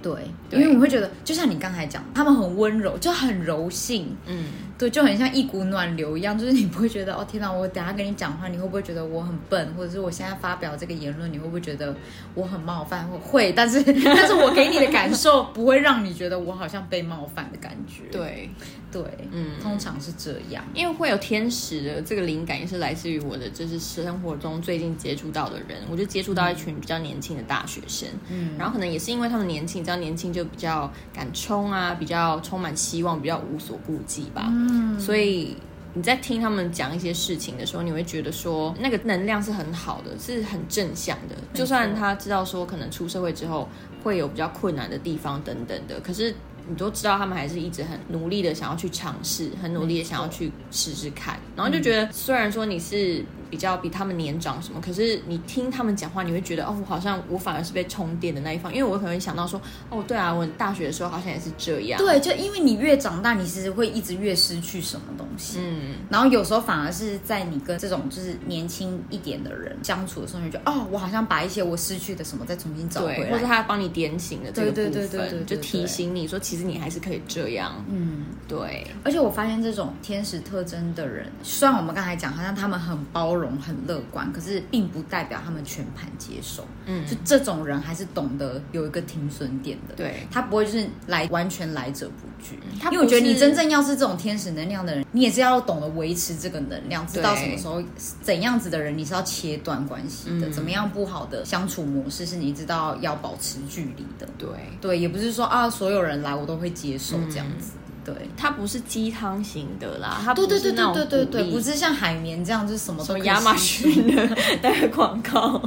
对，对因为我会觉得，就像你刚才讲，他们很温柔，就很柔性，嗯，对，就很像一股暖流一样，就是你不会觉得哦，天哪，我等下跟你讲话，你会不会觉得我很笨，或者是我现在发表这个言论，你会不会觉得我很冒犯？我会，但 是但是我给你的感受不会让你觉得我好像被冒犯的感觉。对，对，嗯，通常是这样。因为会有天使的这个灵感，也是来自于我的就是生活中最近接触到的人，我就接触到一群比较年轻的大学生，嗯，然后可能也是因为他们年轻，你知道年轻就比较敢冲啊，比较充满希望，比较无所顾忌吧，嗯，所以。你在听他们讲一些事情的时候，你会觉得说那个能量是很好的，是很正向的。就算他知道说可能出社会之后会有比较困难的地方等等的，可是你都知道他们还是一直很努力的想要去尝试，很努力的想要去试试看，然后就觉得虽然说你是比较比他们年长什么，可是你听他们讲话，你会觉得哦，我好像我反而是被充电的那一方，因为我可能会想到说，哦，对啊，我大学的时候好像也是这样，对，就因为你越长大，你其实会一直越失去什么东西。嗯，然后有时候反而是在你跟这种就是年轻一点的人相处的时候，你就觉得哦，我好像把一些我失去的什么再重新找回对，或者来。他帮你点醒的这个部对分，对对对对对就对提醒你说，其实你还是可以这样，嗯，对，而且我发现这种天使特征的人，虽然我们刚才讲好像他们很包容、很乐观，可是并不代表他们全盘接受。嗯就这种人还是懂得有一个停损点的。对，嗯他不会就是来完全来者不拒，他因为我不觉得你是真正要是这种天使能量的人，你也是要懂得维持这个能量，知道对什么时候怎样子的人你是要切断关系的，嗯怎么样不好的相处模式是你知道要保持距离的。对。对，也不是说啊所有人来我都会接受嗯这样子。对，它不是鸡汤型的啦，它对不对对是那对种对对鼓对，励不是像海绵这样就是什么什都么可以亚马吸逊的 那个广告，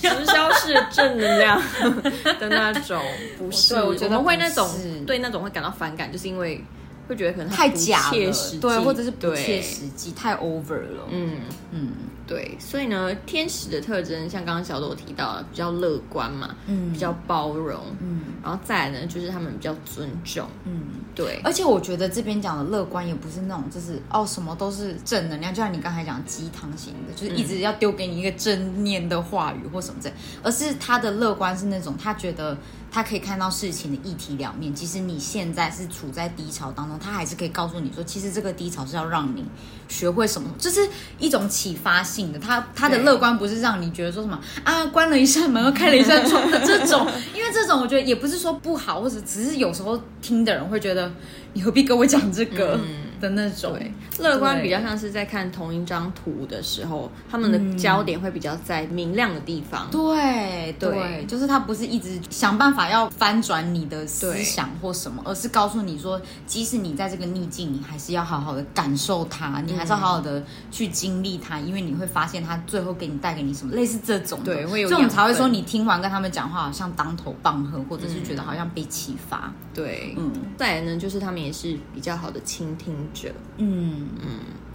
直销式正能 量的那种，不是？对我觉得们会那种不是对那种会感到反感，就是因为会觉得可能它太不假切了实，际对，或者是不对切实际，太 over 了。嗯，嗯对，所以呢，天使的特征像刚刚小朵提到的，比较乐观嘛，嗯比较包容，嗯然后再来呢，就是他们比较尊重，嗯。对，而且我觉得这边讲的乐观也不是那种就是哦什么都是正能量，就像你刚才讲鸡汤型的，就是一直要丢给你一个正念的话语或什么之类，而是他的乐观是那种他觉得他可以看到事情的一体两面，即使你现在是处在低潮当中，他还是可以告诉你说，其实这个低潮是要让你学会什么，就是一种启发性的。他他的对乐观不是让你觉得说什么啊关了一扇门又开了一扇窗的这种，因为这种我觉得也不是说不好，或者只是有时候听的人会觉得你何必跟我讲这个的那种。对，乐观比较像是在看同一张图的时候，他们嗯的焦点会比较在明亮的地方。对对对就是他不是一直想办法要翻转你的思对想或什么，而是告诉你说，即使你在这个逆境，你还是要好好的感受它，你还是要好好的去经历它，因为你会发现它最后给你带给你什么，类似这种的对会有所以我们养才会说分你听完跟他们讲话，好像当头棒喝，或者是觉得好像被启发。对，嗯再来呢，就是他们也是比较好的倾听者，嗯，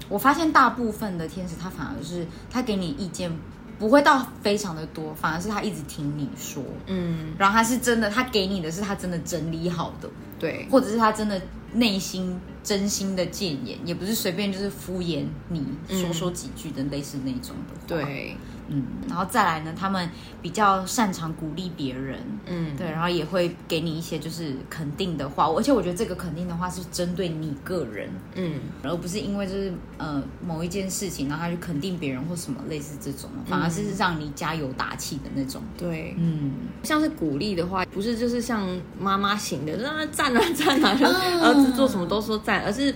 我发现大部分的天使，他反而是他给你意见不会到非常的多，反而是他一直听你说，嗯，然后他是真的，他给你的是他真的整理好的，对，或者是他真的内心真心的谏言，也不是随便就是敷衍你说说几句的类似那种的话。，对，嗯，然后再来呢，他们比较擅长鼓励别人，嗯，对，然后也会给你一些就是肯定的话，而且我觉得这个肯定的话是针对你个人，嗯，而不是因为就是呃某一件事情，然后他去肯定别人或什么类似这种，反而是让你加油打气的那种。对。嗯，像是鼓励的话，不是就是像妈妈型的，让他赞啊赞啊，就嗯儿子做什么都说赞，而是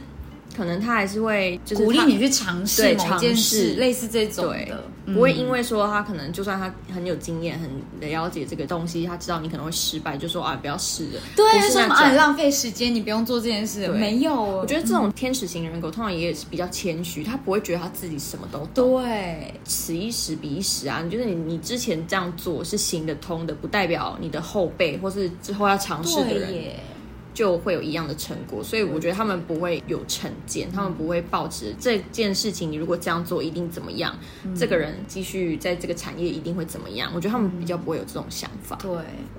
可能他还是会就是鼓励他你嗯去尝试对某件尝事，试类似这种对嗯的，，不会因为说他可能就算他很有经验、很了解这个东西，他知道你可能会失败，就说啊不要试了。对不是什那么啊，种。浪费时间，你不用做这件事，对没有。我我觉得这种天使型人格通常也是比较谦虚，他不会觉得他自己什么都懂。对，此一时彼一时啊，就是你你之前这样做是行得通的，不代表你的后辈或是之后要尝试的对人耶。就会有一样的成果。所以我觉得他们不会有成见，他们不会抱持这件事情，你如果这样做一定怎么样，这个人继续在这个产业一定会怎么样。我觉得他们比较不会有这种想法。对，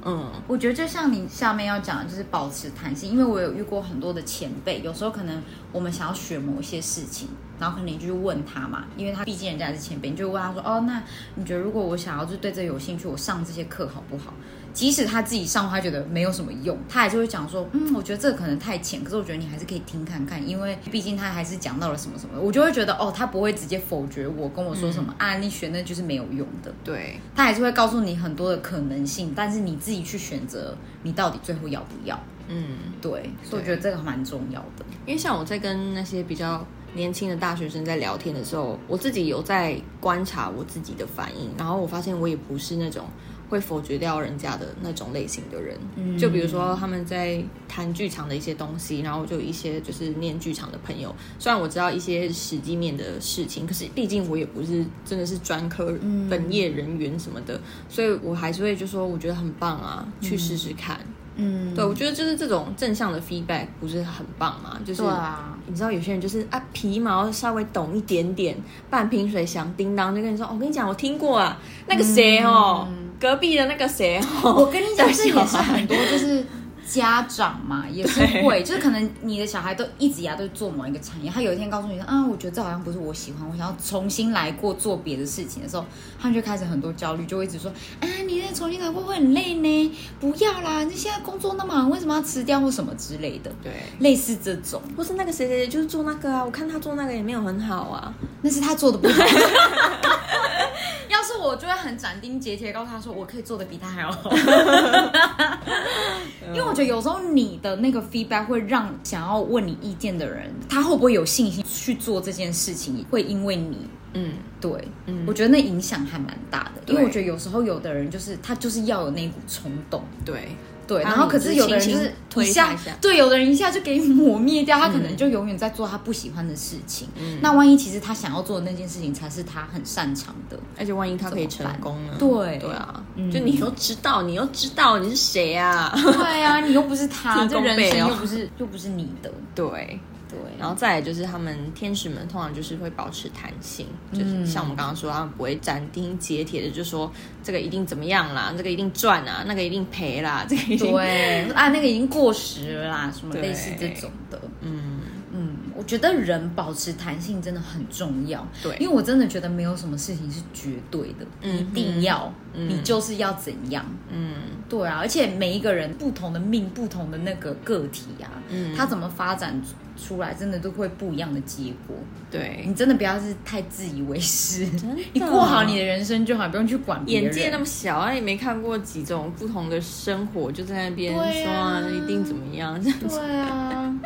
嗯我觉得就像你下面要讲的，就是保持弹性，因为我有遇过很多的前辈，有时候可能我们想要学某一些事情，然后可能你就去问他嘛，因为他毕竟人家也是前辈，你就问他说，哦，那你觉得如果我想要就对这有兴趣，我上这些课好不好？即使他自己上，他觉得没有什么用，他还是会讲说，嗯，我觉得这个可能太浅，可是我觉得你还是可以听看看，因为毕竟他还是讲到了什么什么，我就会觉得，哦，他不会直接否决我，跟我说什么、啊，你学那就是没有用的。对，他还是会告诉你很多的可能性，但是你自己去选择你到底最后要不要。嗯，对，所以我觉得这个蛮重要的。因为像我在跟那些比较。年轻的大学生在聊天的时候，我自己有在观察我自己的反应，然后我发现我也不是那种会否决掉人家的那种类型的人。嗯就比如说他们在谈剧场的一些东西，然后我就有一些就是念剧场的朋友，虽然我知道一些实际面的事情，可是毕竟我也不是真的是专科本业人员什么的，所以我还是会就说我觉得很棒啊，去试试看。嗯，对，我觉得就是这种正向的 feedback 不是很棒嘛？就是对啊，你知道有些人就是啊皮毛稍微懂一点点，半瓶水响叮当，就跟你说、哦我跟你讲，我听过啊，那个谁哦，隔壁的那个谁哦，我跟你 讲，的这也小是啊孩 很多就是。家长嘛，也是会，就是可能你的小孩都一直以来都做某一个产业，他有一天告诉你说，啊，我觉得这好像不是我喜欢，我想要重新来过做别的事情的时候，他们就开始很多焦虑，就会一直说，啊，你再重新来过会很累呢，不要啦，你现在工作那么忙，为什么要辞掉或什么之类的，对，类似这种。或是那个谁谁谁就是做那个啊，我看他做那个也没有很好啊，那是他做的不好。 要是我就会很斩钉截铁地告诉他说，我可以做的比他还要好， 因为我觉得有时候你的那个 feedback 会让想要问你意见的人，他会不会有信心去做这件事情，会因为你。嗯，对，我觉得那影响还蛮大的，对因为我觉得有时候有的人就是他就是要有那股冲动，对，对，然然后后你可就是有的人轻就轻是推一他下一下嗯对，有的人一下就给你抹灭掉，他可能就永远在做他不喜欢的事情。那万一其实他想要做的那件事情才是他很擅长的， 而且万一他可以成怎么办功呢？对对啊，嗯就你又知道，你又知道你是谁啊，对啊，你又不是他， 挺这公人倍生哦又不是又不是你的，对。对，然后再来就是他们天使们通常就是会保持弹性，嗯就是像我们刚刚说，他们不会斩钉截铁的就说这个一定怎么样啦，这个一定赚啊，那个一定赔啦，这个一 定对啊，那个已经过时了啦，什么对类似这种的，嗯嗯，我觉得人保持弹性真的很重要，对嗯因为我真的觉得没有什么事情是绝对的，一定要，你就是要怎样，嗯，对啊，而且每一个人不同的命，不同的那个个体啊，嗯，他怎么发展出来，真的都会不一样的结果，对，你真的不要是太自以为是的，你过好你的人生就好，不用去管别人眼界那么小啊，也没看过几种不同的生活，就在那边对说、啊一定怎么样， 这样对啊。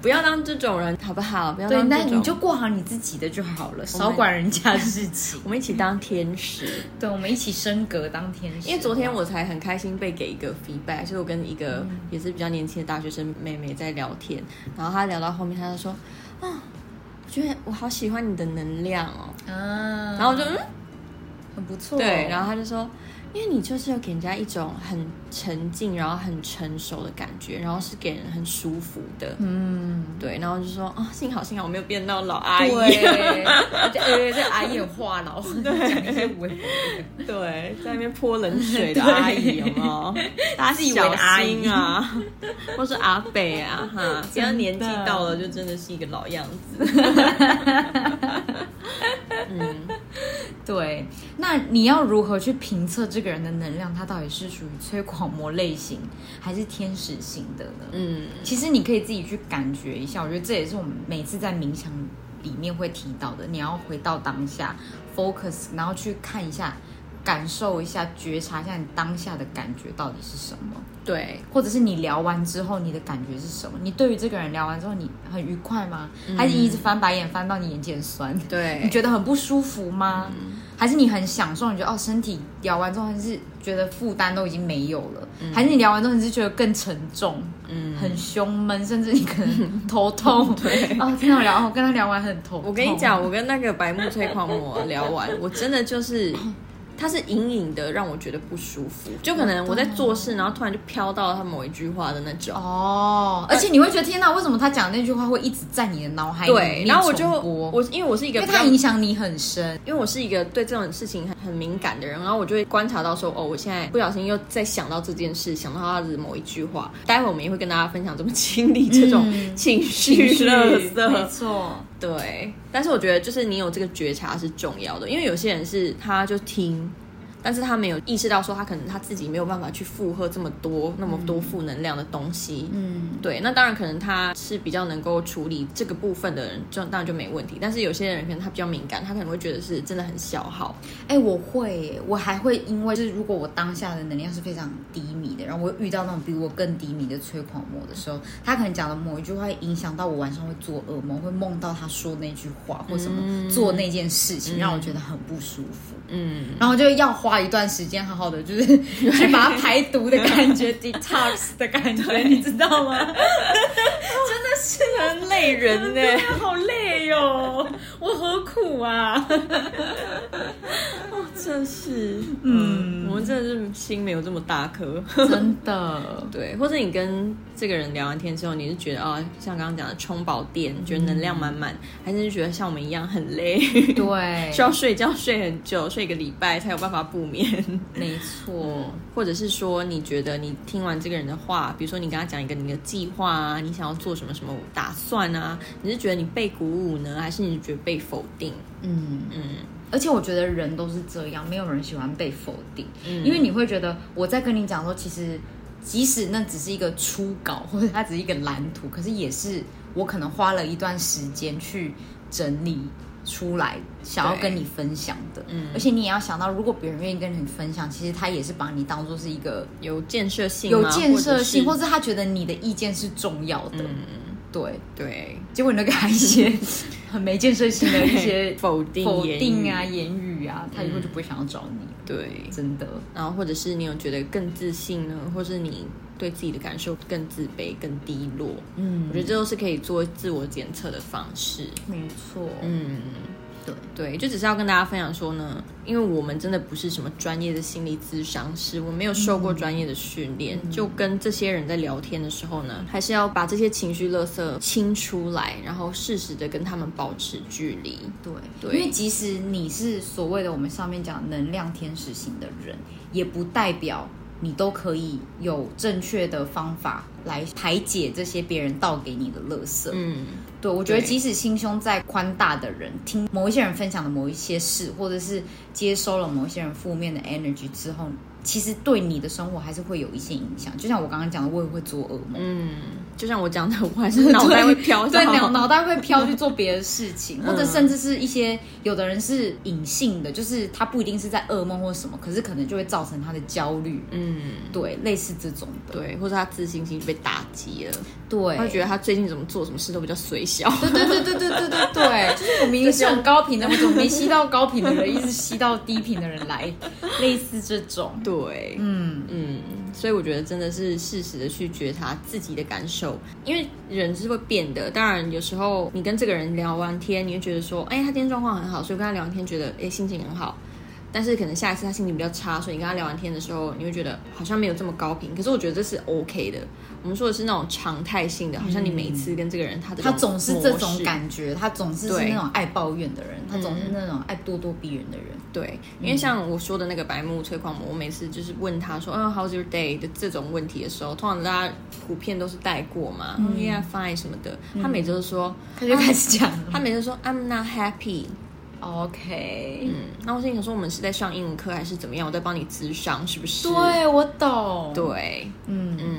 不要当这种人好不好？不要对，啊当那这种，你就过好你自己的就好了，少管人家的事 情。我们一起当天使。对，我们一起升格当天使。因为昨天我才很开心被给一个 feedback，所以我跟一个嗯也是比较年轻的大学生妹妹在聊天，然后她聊到后面，她就说：“啊，我觉得我好喜欢你的能量哦。”啊，然后我就嗯，很不错。哦对，然后后她就说：“因为你就是要给人家一种很沉静，然后很成熟的感觉，然后是给人很舒服的，嗯，对，然后就说啊，幸好幸好我没有变到老阿姨， 对，呃，这阿姨很话痨，讲一些文， 对，在那边泼冷水的阿姨有没有？大家小心啊，或是阿北啊，哈， 只要年纪到了，就真的是一个老样子。嗯，对。那你要如何去评测这个人的能量？他到底是属于催狂魔类型，还是天使型的呢？嗯，其实你可以自己去感觉一下，我觉得这也是我们每次在冥想里面会提到的，你要回到当下，focus，然后去看一下，感受一下，觉察一下你当下的感觉到底是什么，对，或者是你聊完之后你的感觉是什么？你对于这个人聊完之后你很愉快吗？还是你一直翻白眼翻到你眼睛很酸？你对，觉得很不舒服吗？嗯还是你很享受？你觉得哦，身体聊完之后，你是觉得负担都已经没有了？还是你聊完之后，你是觉得更沉重，嗯很胸闷，甚至你可 能头痛？对，哦，真的聊，哦跟他聊完很头痛。我跟你讲，，我跟那个白木催狂魔聊完，我真的就是。他是隐隐的让我觉得不舒服，就可能我在做事，然后突然就飘到他某一句话的那种。哦，呃而且你会觉得天哪，为什么他讲的那句话会一直在你的脑海里对，面然后我就重播我因为我是一个因为比较它影响你很深。因为我是一个对这种事情很很敏感的人，然后我就会观察到说，哦，我现在不小心又在想到这件事，想到他的某一句话。待会我们也会跟大家分享怎么清理这种 情绪垃没圾。错，对，但是我觉得就是你有这个觉察是重要的，因为有些人是他就听。但是他没有意识到，说他可能他自己没有办法去负荷这么多那么多负能量的东西，嗯，对，那当然可能他是比较能够处理这个部分的人，就当然就没问题。但是有些人可能他比较敏感，他可能会觉得是真的很消耗。哎、我会耶，我还会因为就是如果我当下的能量是非常低迷的，然后我遇到那种比我更低迷的催狂魔的时候，他可能讲的某一句话会影响到我晚上会做噩梦，会梦到他说那句话或什么、做那件事情，让我觉得很不舒服。嗯，然后就要花一段时间好好的，就是 去把它排毒的感觉，detox 的感觉，你知道吗？很累人呢、 好累哟、哦我何苦啊！哦真是，嗯，我们真的是心没有这么大颗。真的， 对，或者你跟这个人聊完天之后，你是觉得啊、像刚刚讲的充饱电，觉得能量满满，还是觉得像我们一样很累，对，需要睡觉睡很久，睡一个礼拜才有办法不眠。 没错。或者是说，你觉得你听完这个人的话，比如说你跟他讲一个你的计划啊，你想要做什么什么打算啊，你是觉得你被鼓舞呢，还是你觉得被否定？嗯，嗯嗯，而且我觉得人都是这样，没有人喜欢被否定，因为你会觉得我在跟你讲说，其实即使那只是一个初稿，或者它只是一个蓝图，可是也是我可能花了一段时间去整理出来，想要对跟你分享的。嗯，而且你也要想到，如果别人愿意跟你分享，其实他也是把你当做是一个有建设性吗，有建设性，或者者他觉得你的意见是重要的。嗯，对，对，结果你都给他一 些很没建设性的一些否定否言语嗯定啊、，言语啊，他以后就不会想要找你了，对，真的。然后或者是你有觉得更自信呢，或是你对自己的感受更自卑、更低落，嗯我觉得这都是可以做自我检测的方式。没错，嗯。对，对，就只是要跟大家分享说呢，因为我们真的不是什么专业的心理咨商师，我没有受过专业的训练，就跟这些人在聊天的时候呢，还是要把这些情绪垃圾清出来，然后适时的跟他们保持距离。对，对因为即使你是所谓的我们上面讲能量天使型的人，也不代表你都可以有正确的方法来排解这些别人倒给你的垃圾。嗯，对，我觉得对即使心胸再宽大的人，听某一些人分享的某一些事，或者是接收了某一些人负面的 energy 之后，其实对你的生活还是会有一些影响。就像我刚刚讲的，我也会做噩梦， 就像我讲的，我还是嗯脑袋会飘嗯对，脑到。脑袋会飘去做别的事 情，或者甚至是一些有的人是隐性的，就是他不一定是在噩梦或什么，可是可能就会造成他的焦虑，嗯，对，类似这种的，对，或者他自信心就被打击了，对，他会觉得他最近怎么做什么事都比较随小。对对对对对对对对，就是我明明是很高频的，我怎么没吸到高频的人，一直吸到低频的人来，类似这种。对，嗯，嗯，所以我觉得真的是适时的去觉察自己的感受，因为人是会变的。当然，有时候你跟这个人聊完天，你会觉得说，哎，他今天状况很好，所以跟他聊完天觉得，哎，心情很好。但是可能下一次他心情比较差，所以你跟他聊完天的时候，你会觉得好像没有这么高频。可是我觉得这是 OK 的。我们说的是那种常态性的，好像你每一次跟这个人，他的他总是这种模式感觉，他总是是对那种爱抱怨的人，他总是那种爱咄咄逼人的人。对，因为像我说的那个白目催狂魔，我每次就是问他说，嗯、h o w s your day 的这种问题的时候，通常大家普遍都是带过嘛、嗯、，Yeah fine 什么的。他每次都说，他就开始讲他每次说 I'm not happy。 ，OK，嗯，那我心里想说，我们是在上英文课还是怎么样？我在帮你咨商，是不是？对我懂，，对，嗯，嗯，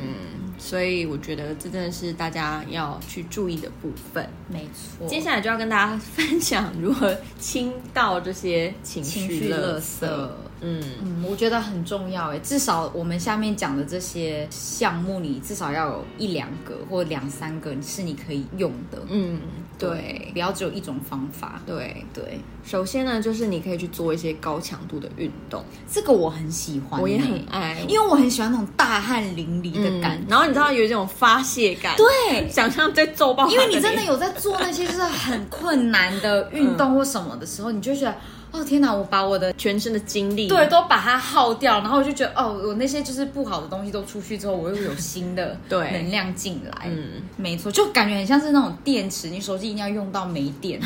所以我觉得这真的是大家要去注意的部分。没错。接下来就要跟大家分享如何倾倒这些情情绪绪垃垃圾。圾，嗯，嗯，我觉得很重要诶。至少我们下面讲的这些项目，你至少要有一两个或两三个是你可以用的。嗯，对不要只有一种方法。对。对，首先呢，就是你可以去做一些高强度的运动，这个我很喜欢，啊我也很，爱，因为我很喜欢那种大汗淋漓的嗯感觉。然后你知道有一种发泄感，对， 想象在揍爆他因脸，为你真的有在做那些就是很困难的运动或什么的时候，你就觉得，哦天哪，我把我的全身的精力，对都把它耗掉，然后我就觉得，哦，我那些就是不好的东西都出去之后，我又有新 的对能量进来。嗯，没错，就感觉很像是那种电池，你手机一定要用到没 电，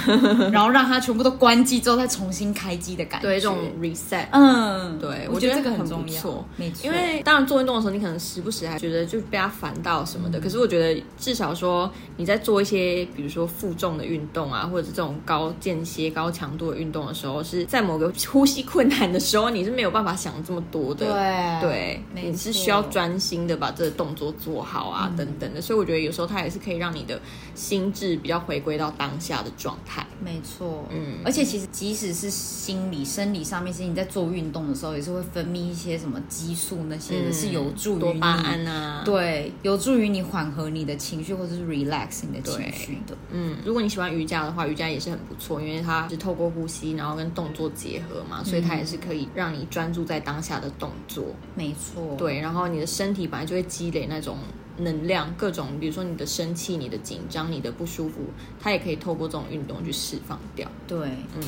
然后让它全部都关机之后再重新开机的感觉。对一种 reset，嗯，对我我觉觉得得这个很很不重要，错没错，因为当然做运动的时候，你可能时不时还觉得就被他烦到什嗯么的。可是我觉得至少说你在做一些比如说负重的运动啊，或者是这种高间歇、高强度的运动的时候，是在某个呼吸困难的时候，你是没有办法想这么多的。对对，没你是错嗯需要专心的把这个动作做好啊，等等的。所以我觉得有时候它也是可以让你的心智比较回归到当下的状态。没错，嗯而且其实即使是心理、生理上面，是你在做运动的时候，也是会分泌一些什么激素那些的，是有助于嗯多你巴胺啊，对，有助于你缓和你的情绪，或者是 relax 你的情对绪的。嗯，如果你喜欢瑜伽的话，瑜伽也是很不错，因为它是透过呼吸，然后跟动作结合嘛，所以它也是可以让你专注在当下的动作。没错，，对，然后你的身体本来就会积累那种能量，各种比如说你的生气、你的紧张、你的不舒服，它也可以透过这种运动去释放掉。对，嗯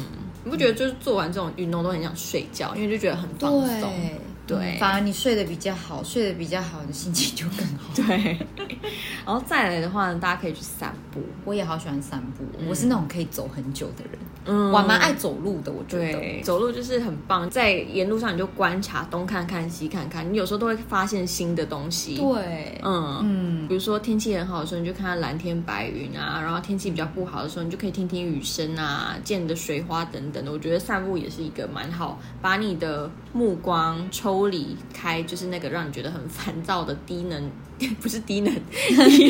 你不觉得就是做完这种运动都很想睡觉，因为就觉得很放松。对，嗯对反而你睡得比较好，睡得比较好，你的心情就更好。对， 然后再来的话呢，大家可以去散步。我也好喜欢散步，我是那种可以走很久的人，嗯我还蛮爱走路的，我觉得。对，走路就是很棒，在沿路上你就观察东看看西看看，你有时候都会发现新的东西。，对，嗯。嗯，比如说天气很好的时候，你就看看蓝天白云啊；然后天气比较不好的时候，你就可以听听雨声啊、溅的水花等等的。我觉得散步也是一个蛮好，把你的目光抽离开，就是那个让你觉得很烦躁的低能， 不是低能，低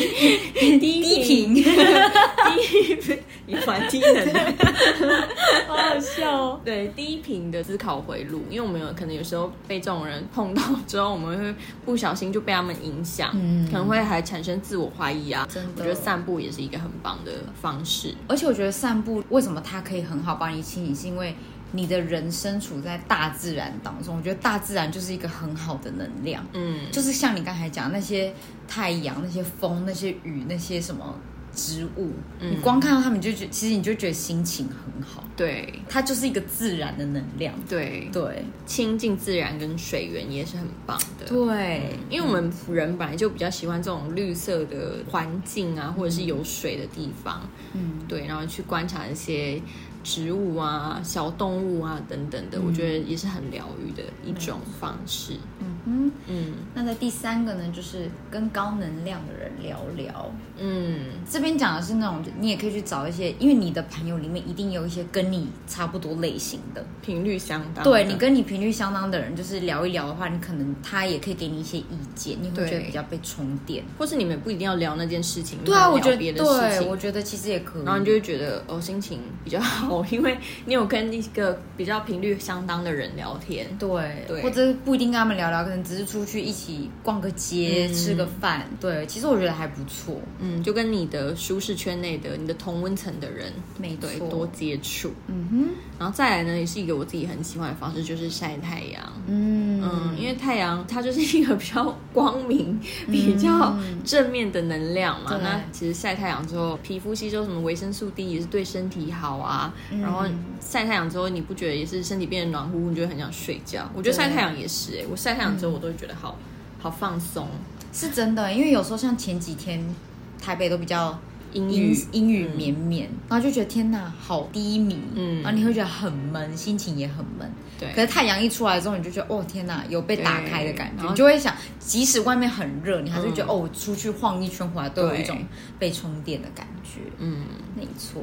低低频，低，你蛮低能的。 好好笑哦。对低频的思考回路，因为我们有可能有时候被这种人碰到之后，我们会不小心就被他们影响，嗯可能会还产生自我怀疑啊。真的我觉得散步也是一个很棒的方式。而且我觉得散步为什么它可以很好帮你清理，是因为你的人身处在大自然当中。我觉得大自然就是一个很好的能量，嗯，就是像你刚才讲那些太阳、那些风、那些雨、那些什么植物，你光看到它们就觉，其实你就觉得心情很好。对它就是一个自然的能量，对，对亲近自然跟水源也是很棒的。对因为我们人本来就比较喜欢这种绿色的环境啊，或者是有水的地方，嗯，对，然后去观察一些植物啊、小动物啊等等的，我觉得也是很疗愈的一种方式。嗯嗯。嗯那在第三个呢，就是跟高能量的人聊聊。嗯这边讲的是那种，你也可以去找一些，因为你的朋友里面一定有一些跟你差不多类型的，频率相当嗯的，对你跟你频率相当的人，就是聊一聊的话，你可能他也可以给你一些意见，你会对觉得比较被充电。或是你们不一定要聊那件事情，对啊，你我们觉聊得别的事对，情我。觉得其实也可以。然后你就会觉得哦，心情比较好，因为 你有跟一个比较频率相当的人聊天。对，对或者不一定跟他们聊聊，可能只是出去一起逛个街、吃个饭。对，其实我觉得还不错。嗯，就跟你的舒适圈内的、你的同温层的人，没对，错多接触。嗯哼，然后再来呢，也是一个我自己很喜欢的方式，就是晒太阳。嗯嗯嗯，因为太阳它就是一个比较光 明、比较正面的能量嘛对。那其实晒太阳之后，皮肤吸收什么维生素 D 也是对身体好啊。嗯然后晒太阳之后，你不觉得也是身体变得暖乎乎，你就会很想睡觉？我觉得晒太阳也是、欸，我晒太阳嗯之后，我都会觉得好好放松。是真的，因为有时候像前几天台北都比较阴阴郁，阴雨绵绵，然后就觉得天哪，好低迷，嗯然后你会觉得很闷，心情也很闷。对可是太阳一出来之后，你就觉得哦天哪，有被打开的感觉，对然后你就会想，即使外面很热，你还是觉得、嗯哦，我出去晃一圈回来都有对一种被充电的感觉。嗯，没错。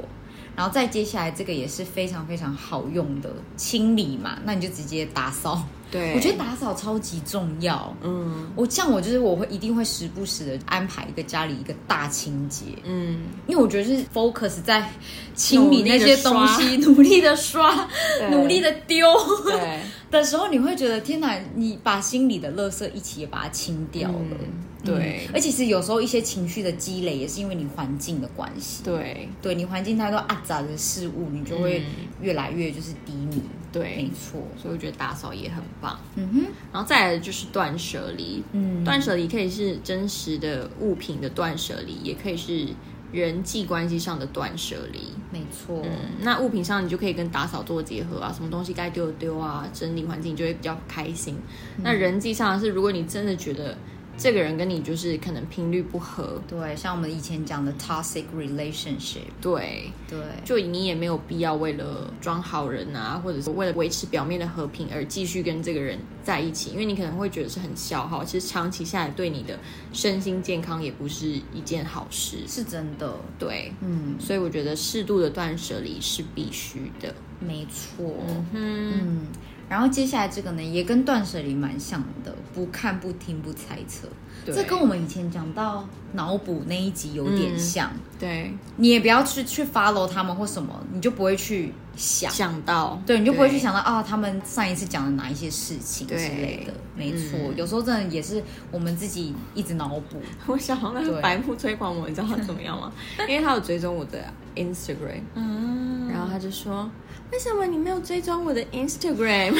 然后再接下来这个也是非常非常好用的清理嘛，那你就直接打扫。对，我觉得打扫超级重要。嗯我像我就是我会一定会时不时的安排一个家里一个大清洁， 嗯，因为我觉得是 focus 在清理那些东西， 努力的刷，对努力的丢 对。的时候，你会觉得天哪，你把心里的垃圾一起也把它清掉了。嗯对嗯而且其实有时候一些情绪的积累也是因为你环境的关系，对嗯对你环境太多阿杂的事物，你就会越来越就是低迷。没对，错，所以我觉得打扫也很棒。嗯哼，然后再来就是断舍离，嗯，断舍离可以是真实的物品的断舍离，也可以是人际关系上的断舍离。没错，嗯，那物品上你就可以跟打扫做结合啊，什么东西该丢的丢啊，整理环境你就会比较开心。那人际上是，如果你真的觉得这个人跟你就是可能频率不合，对，像我们以前讲的 toxic relationship，对，对，就你也没有必要为了装好人啊，或者是为了维持表面的和平而继续跟这个人在一起，因为你可能会觉得是很消耗，其实长期下来对你的身心健康也不是一件好事。是真的，对，嗯，所以我觉得适度的断舍离是必须的。没错，嗯，嗯，然后接下来这个呢，也跟断舍离蛮像的，不看、不听、不猜测。对这跟我们以前讲到脑补那一集有点像，对，你也不要去去 follow 他们或什么，你就不会去想，想到，对，你就不会去想到啊，他们上一次讲的哪一些事情之对类的。没错，嗯有时候真的也是我们自己一直脑补。我想到那个对白木推广我，你知道他怎么样 吗？因为他有追踪我的 Instagram，嗯，然后他就说：“为什么你没有追踪我的 Instagram？”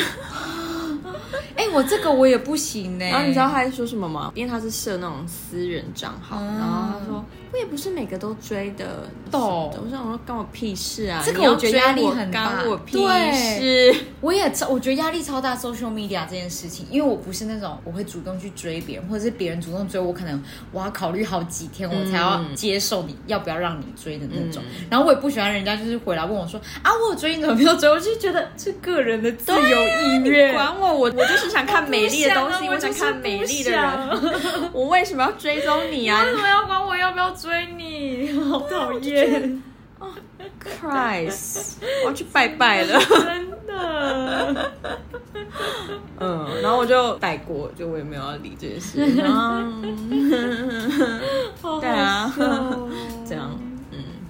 哎、我这个我也不行呢、然后你知道他在说什么吗？因为他是设那种私人账号，嗯然后他说我也不是每个都追的，懂我想说干我屁事啊！这个你要我觉得压力追我很大干我屁对事。我也超，我觉得压力超大。social media 这件事情，因为我不是那种我会主动去追别人，或者是别人主动追我，可能我要考虑好几天，我才要接受你、要不要让你追的那种。然后我也不喜欢人家就是回来问我说啊，我有追你怎么没有追？我就觉得 这个人的自由意愿。管我，我我就是想看美丽的东西，我我不想啊想看美丽的啊我 人， 我为什么要追踪你啊为什么要哎管我要不要追你？好讨厌， ？Christ，我要去拜拜了。真的。嗯，然后我就带过，就我也没有要理这 件事。然后好好对啊笑哦这样，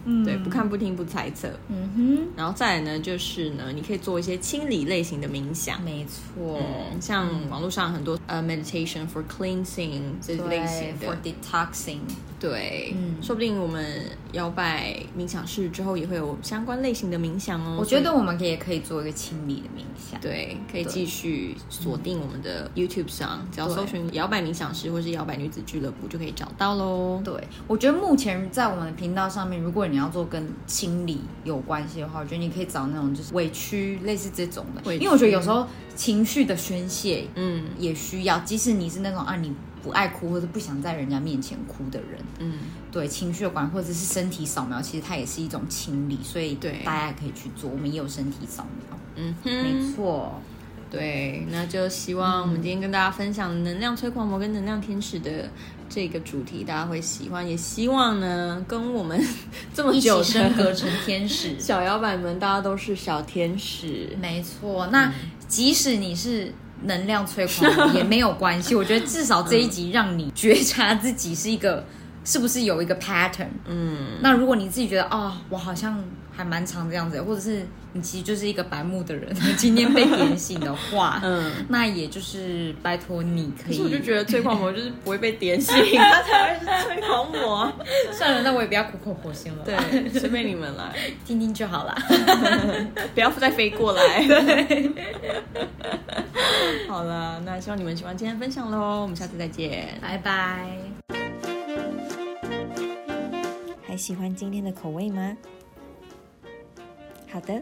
嗯，对，不看不听不猜测。嗯然后再来呢，就是呢，你可以做一些清理类型的冥想哼，， 没错。嗯，像网络上很多呃 meditation for cleansing 这类型对的，for，detoxing，对，嗯说不定我们摇摆冥想室之后也会有相关类型的冥想哦。我觉得我们可以也可以做一个清理的冥想。所以对，可以继续锁定我们的嗯 YouTube 上，只要搜寻摇摆冥想室或是摇摆女子俱乐部就可以找到喽。对，我觉得目前在我们的频道上面，如果你要做跟清理有关系的话，我觉得你可以找那种就是委屈类似这种的，委因屈为我觉得有时候情绪的宣泄嗯也需要，即使你是那种啊你不爱哭或者不想在人家面前哭的人，嗯，对情绪的管或者是身体扫描，其实它也是一种清理，所以对大家也可以去做，我们也有身体扫描，嗯没哼，错，对，那就希望我们今天跟大家分享能量催狂魔跟能量天使的这个主题，大家会喜欢，也希望呢跟我们 这么一久起 升格 的成天使，小摇摆们，大家都是小天使。没错，嗯那即使你是能量催狂也没有关 系，我觉得至少这一集让你觉察自己是一个是不是有一个 pattern。嗯，那如果你自己觉得哦，我好像还蛮常这样子，或者是你其实就是一个白目的人， 今天被点醒的话， 嗯，那也就是拜托你可可以。是我就觉得最狂魔就是不会被点醒，他才会是最狂魔。得算了，那我也不要苦口婆心了， 对，随便你们来，听听就好 啦。不要再飞过来。对， 好了，那希望你们喜欢今天的分享喽，我们下次再见。拜拜。还喜欢今天的口味吗？好的，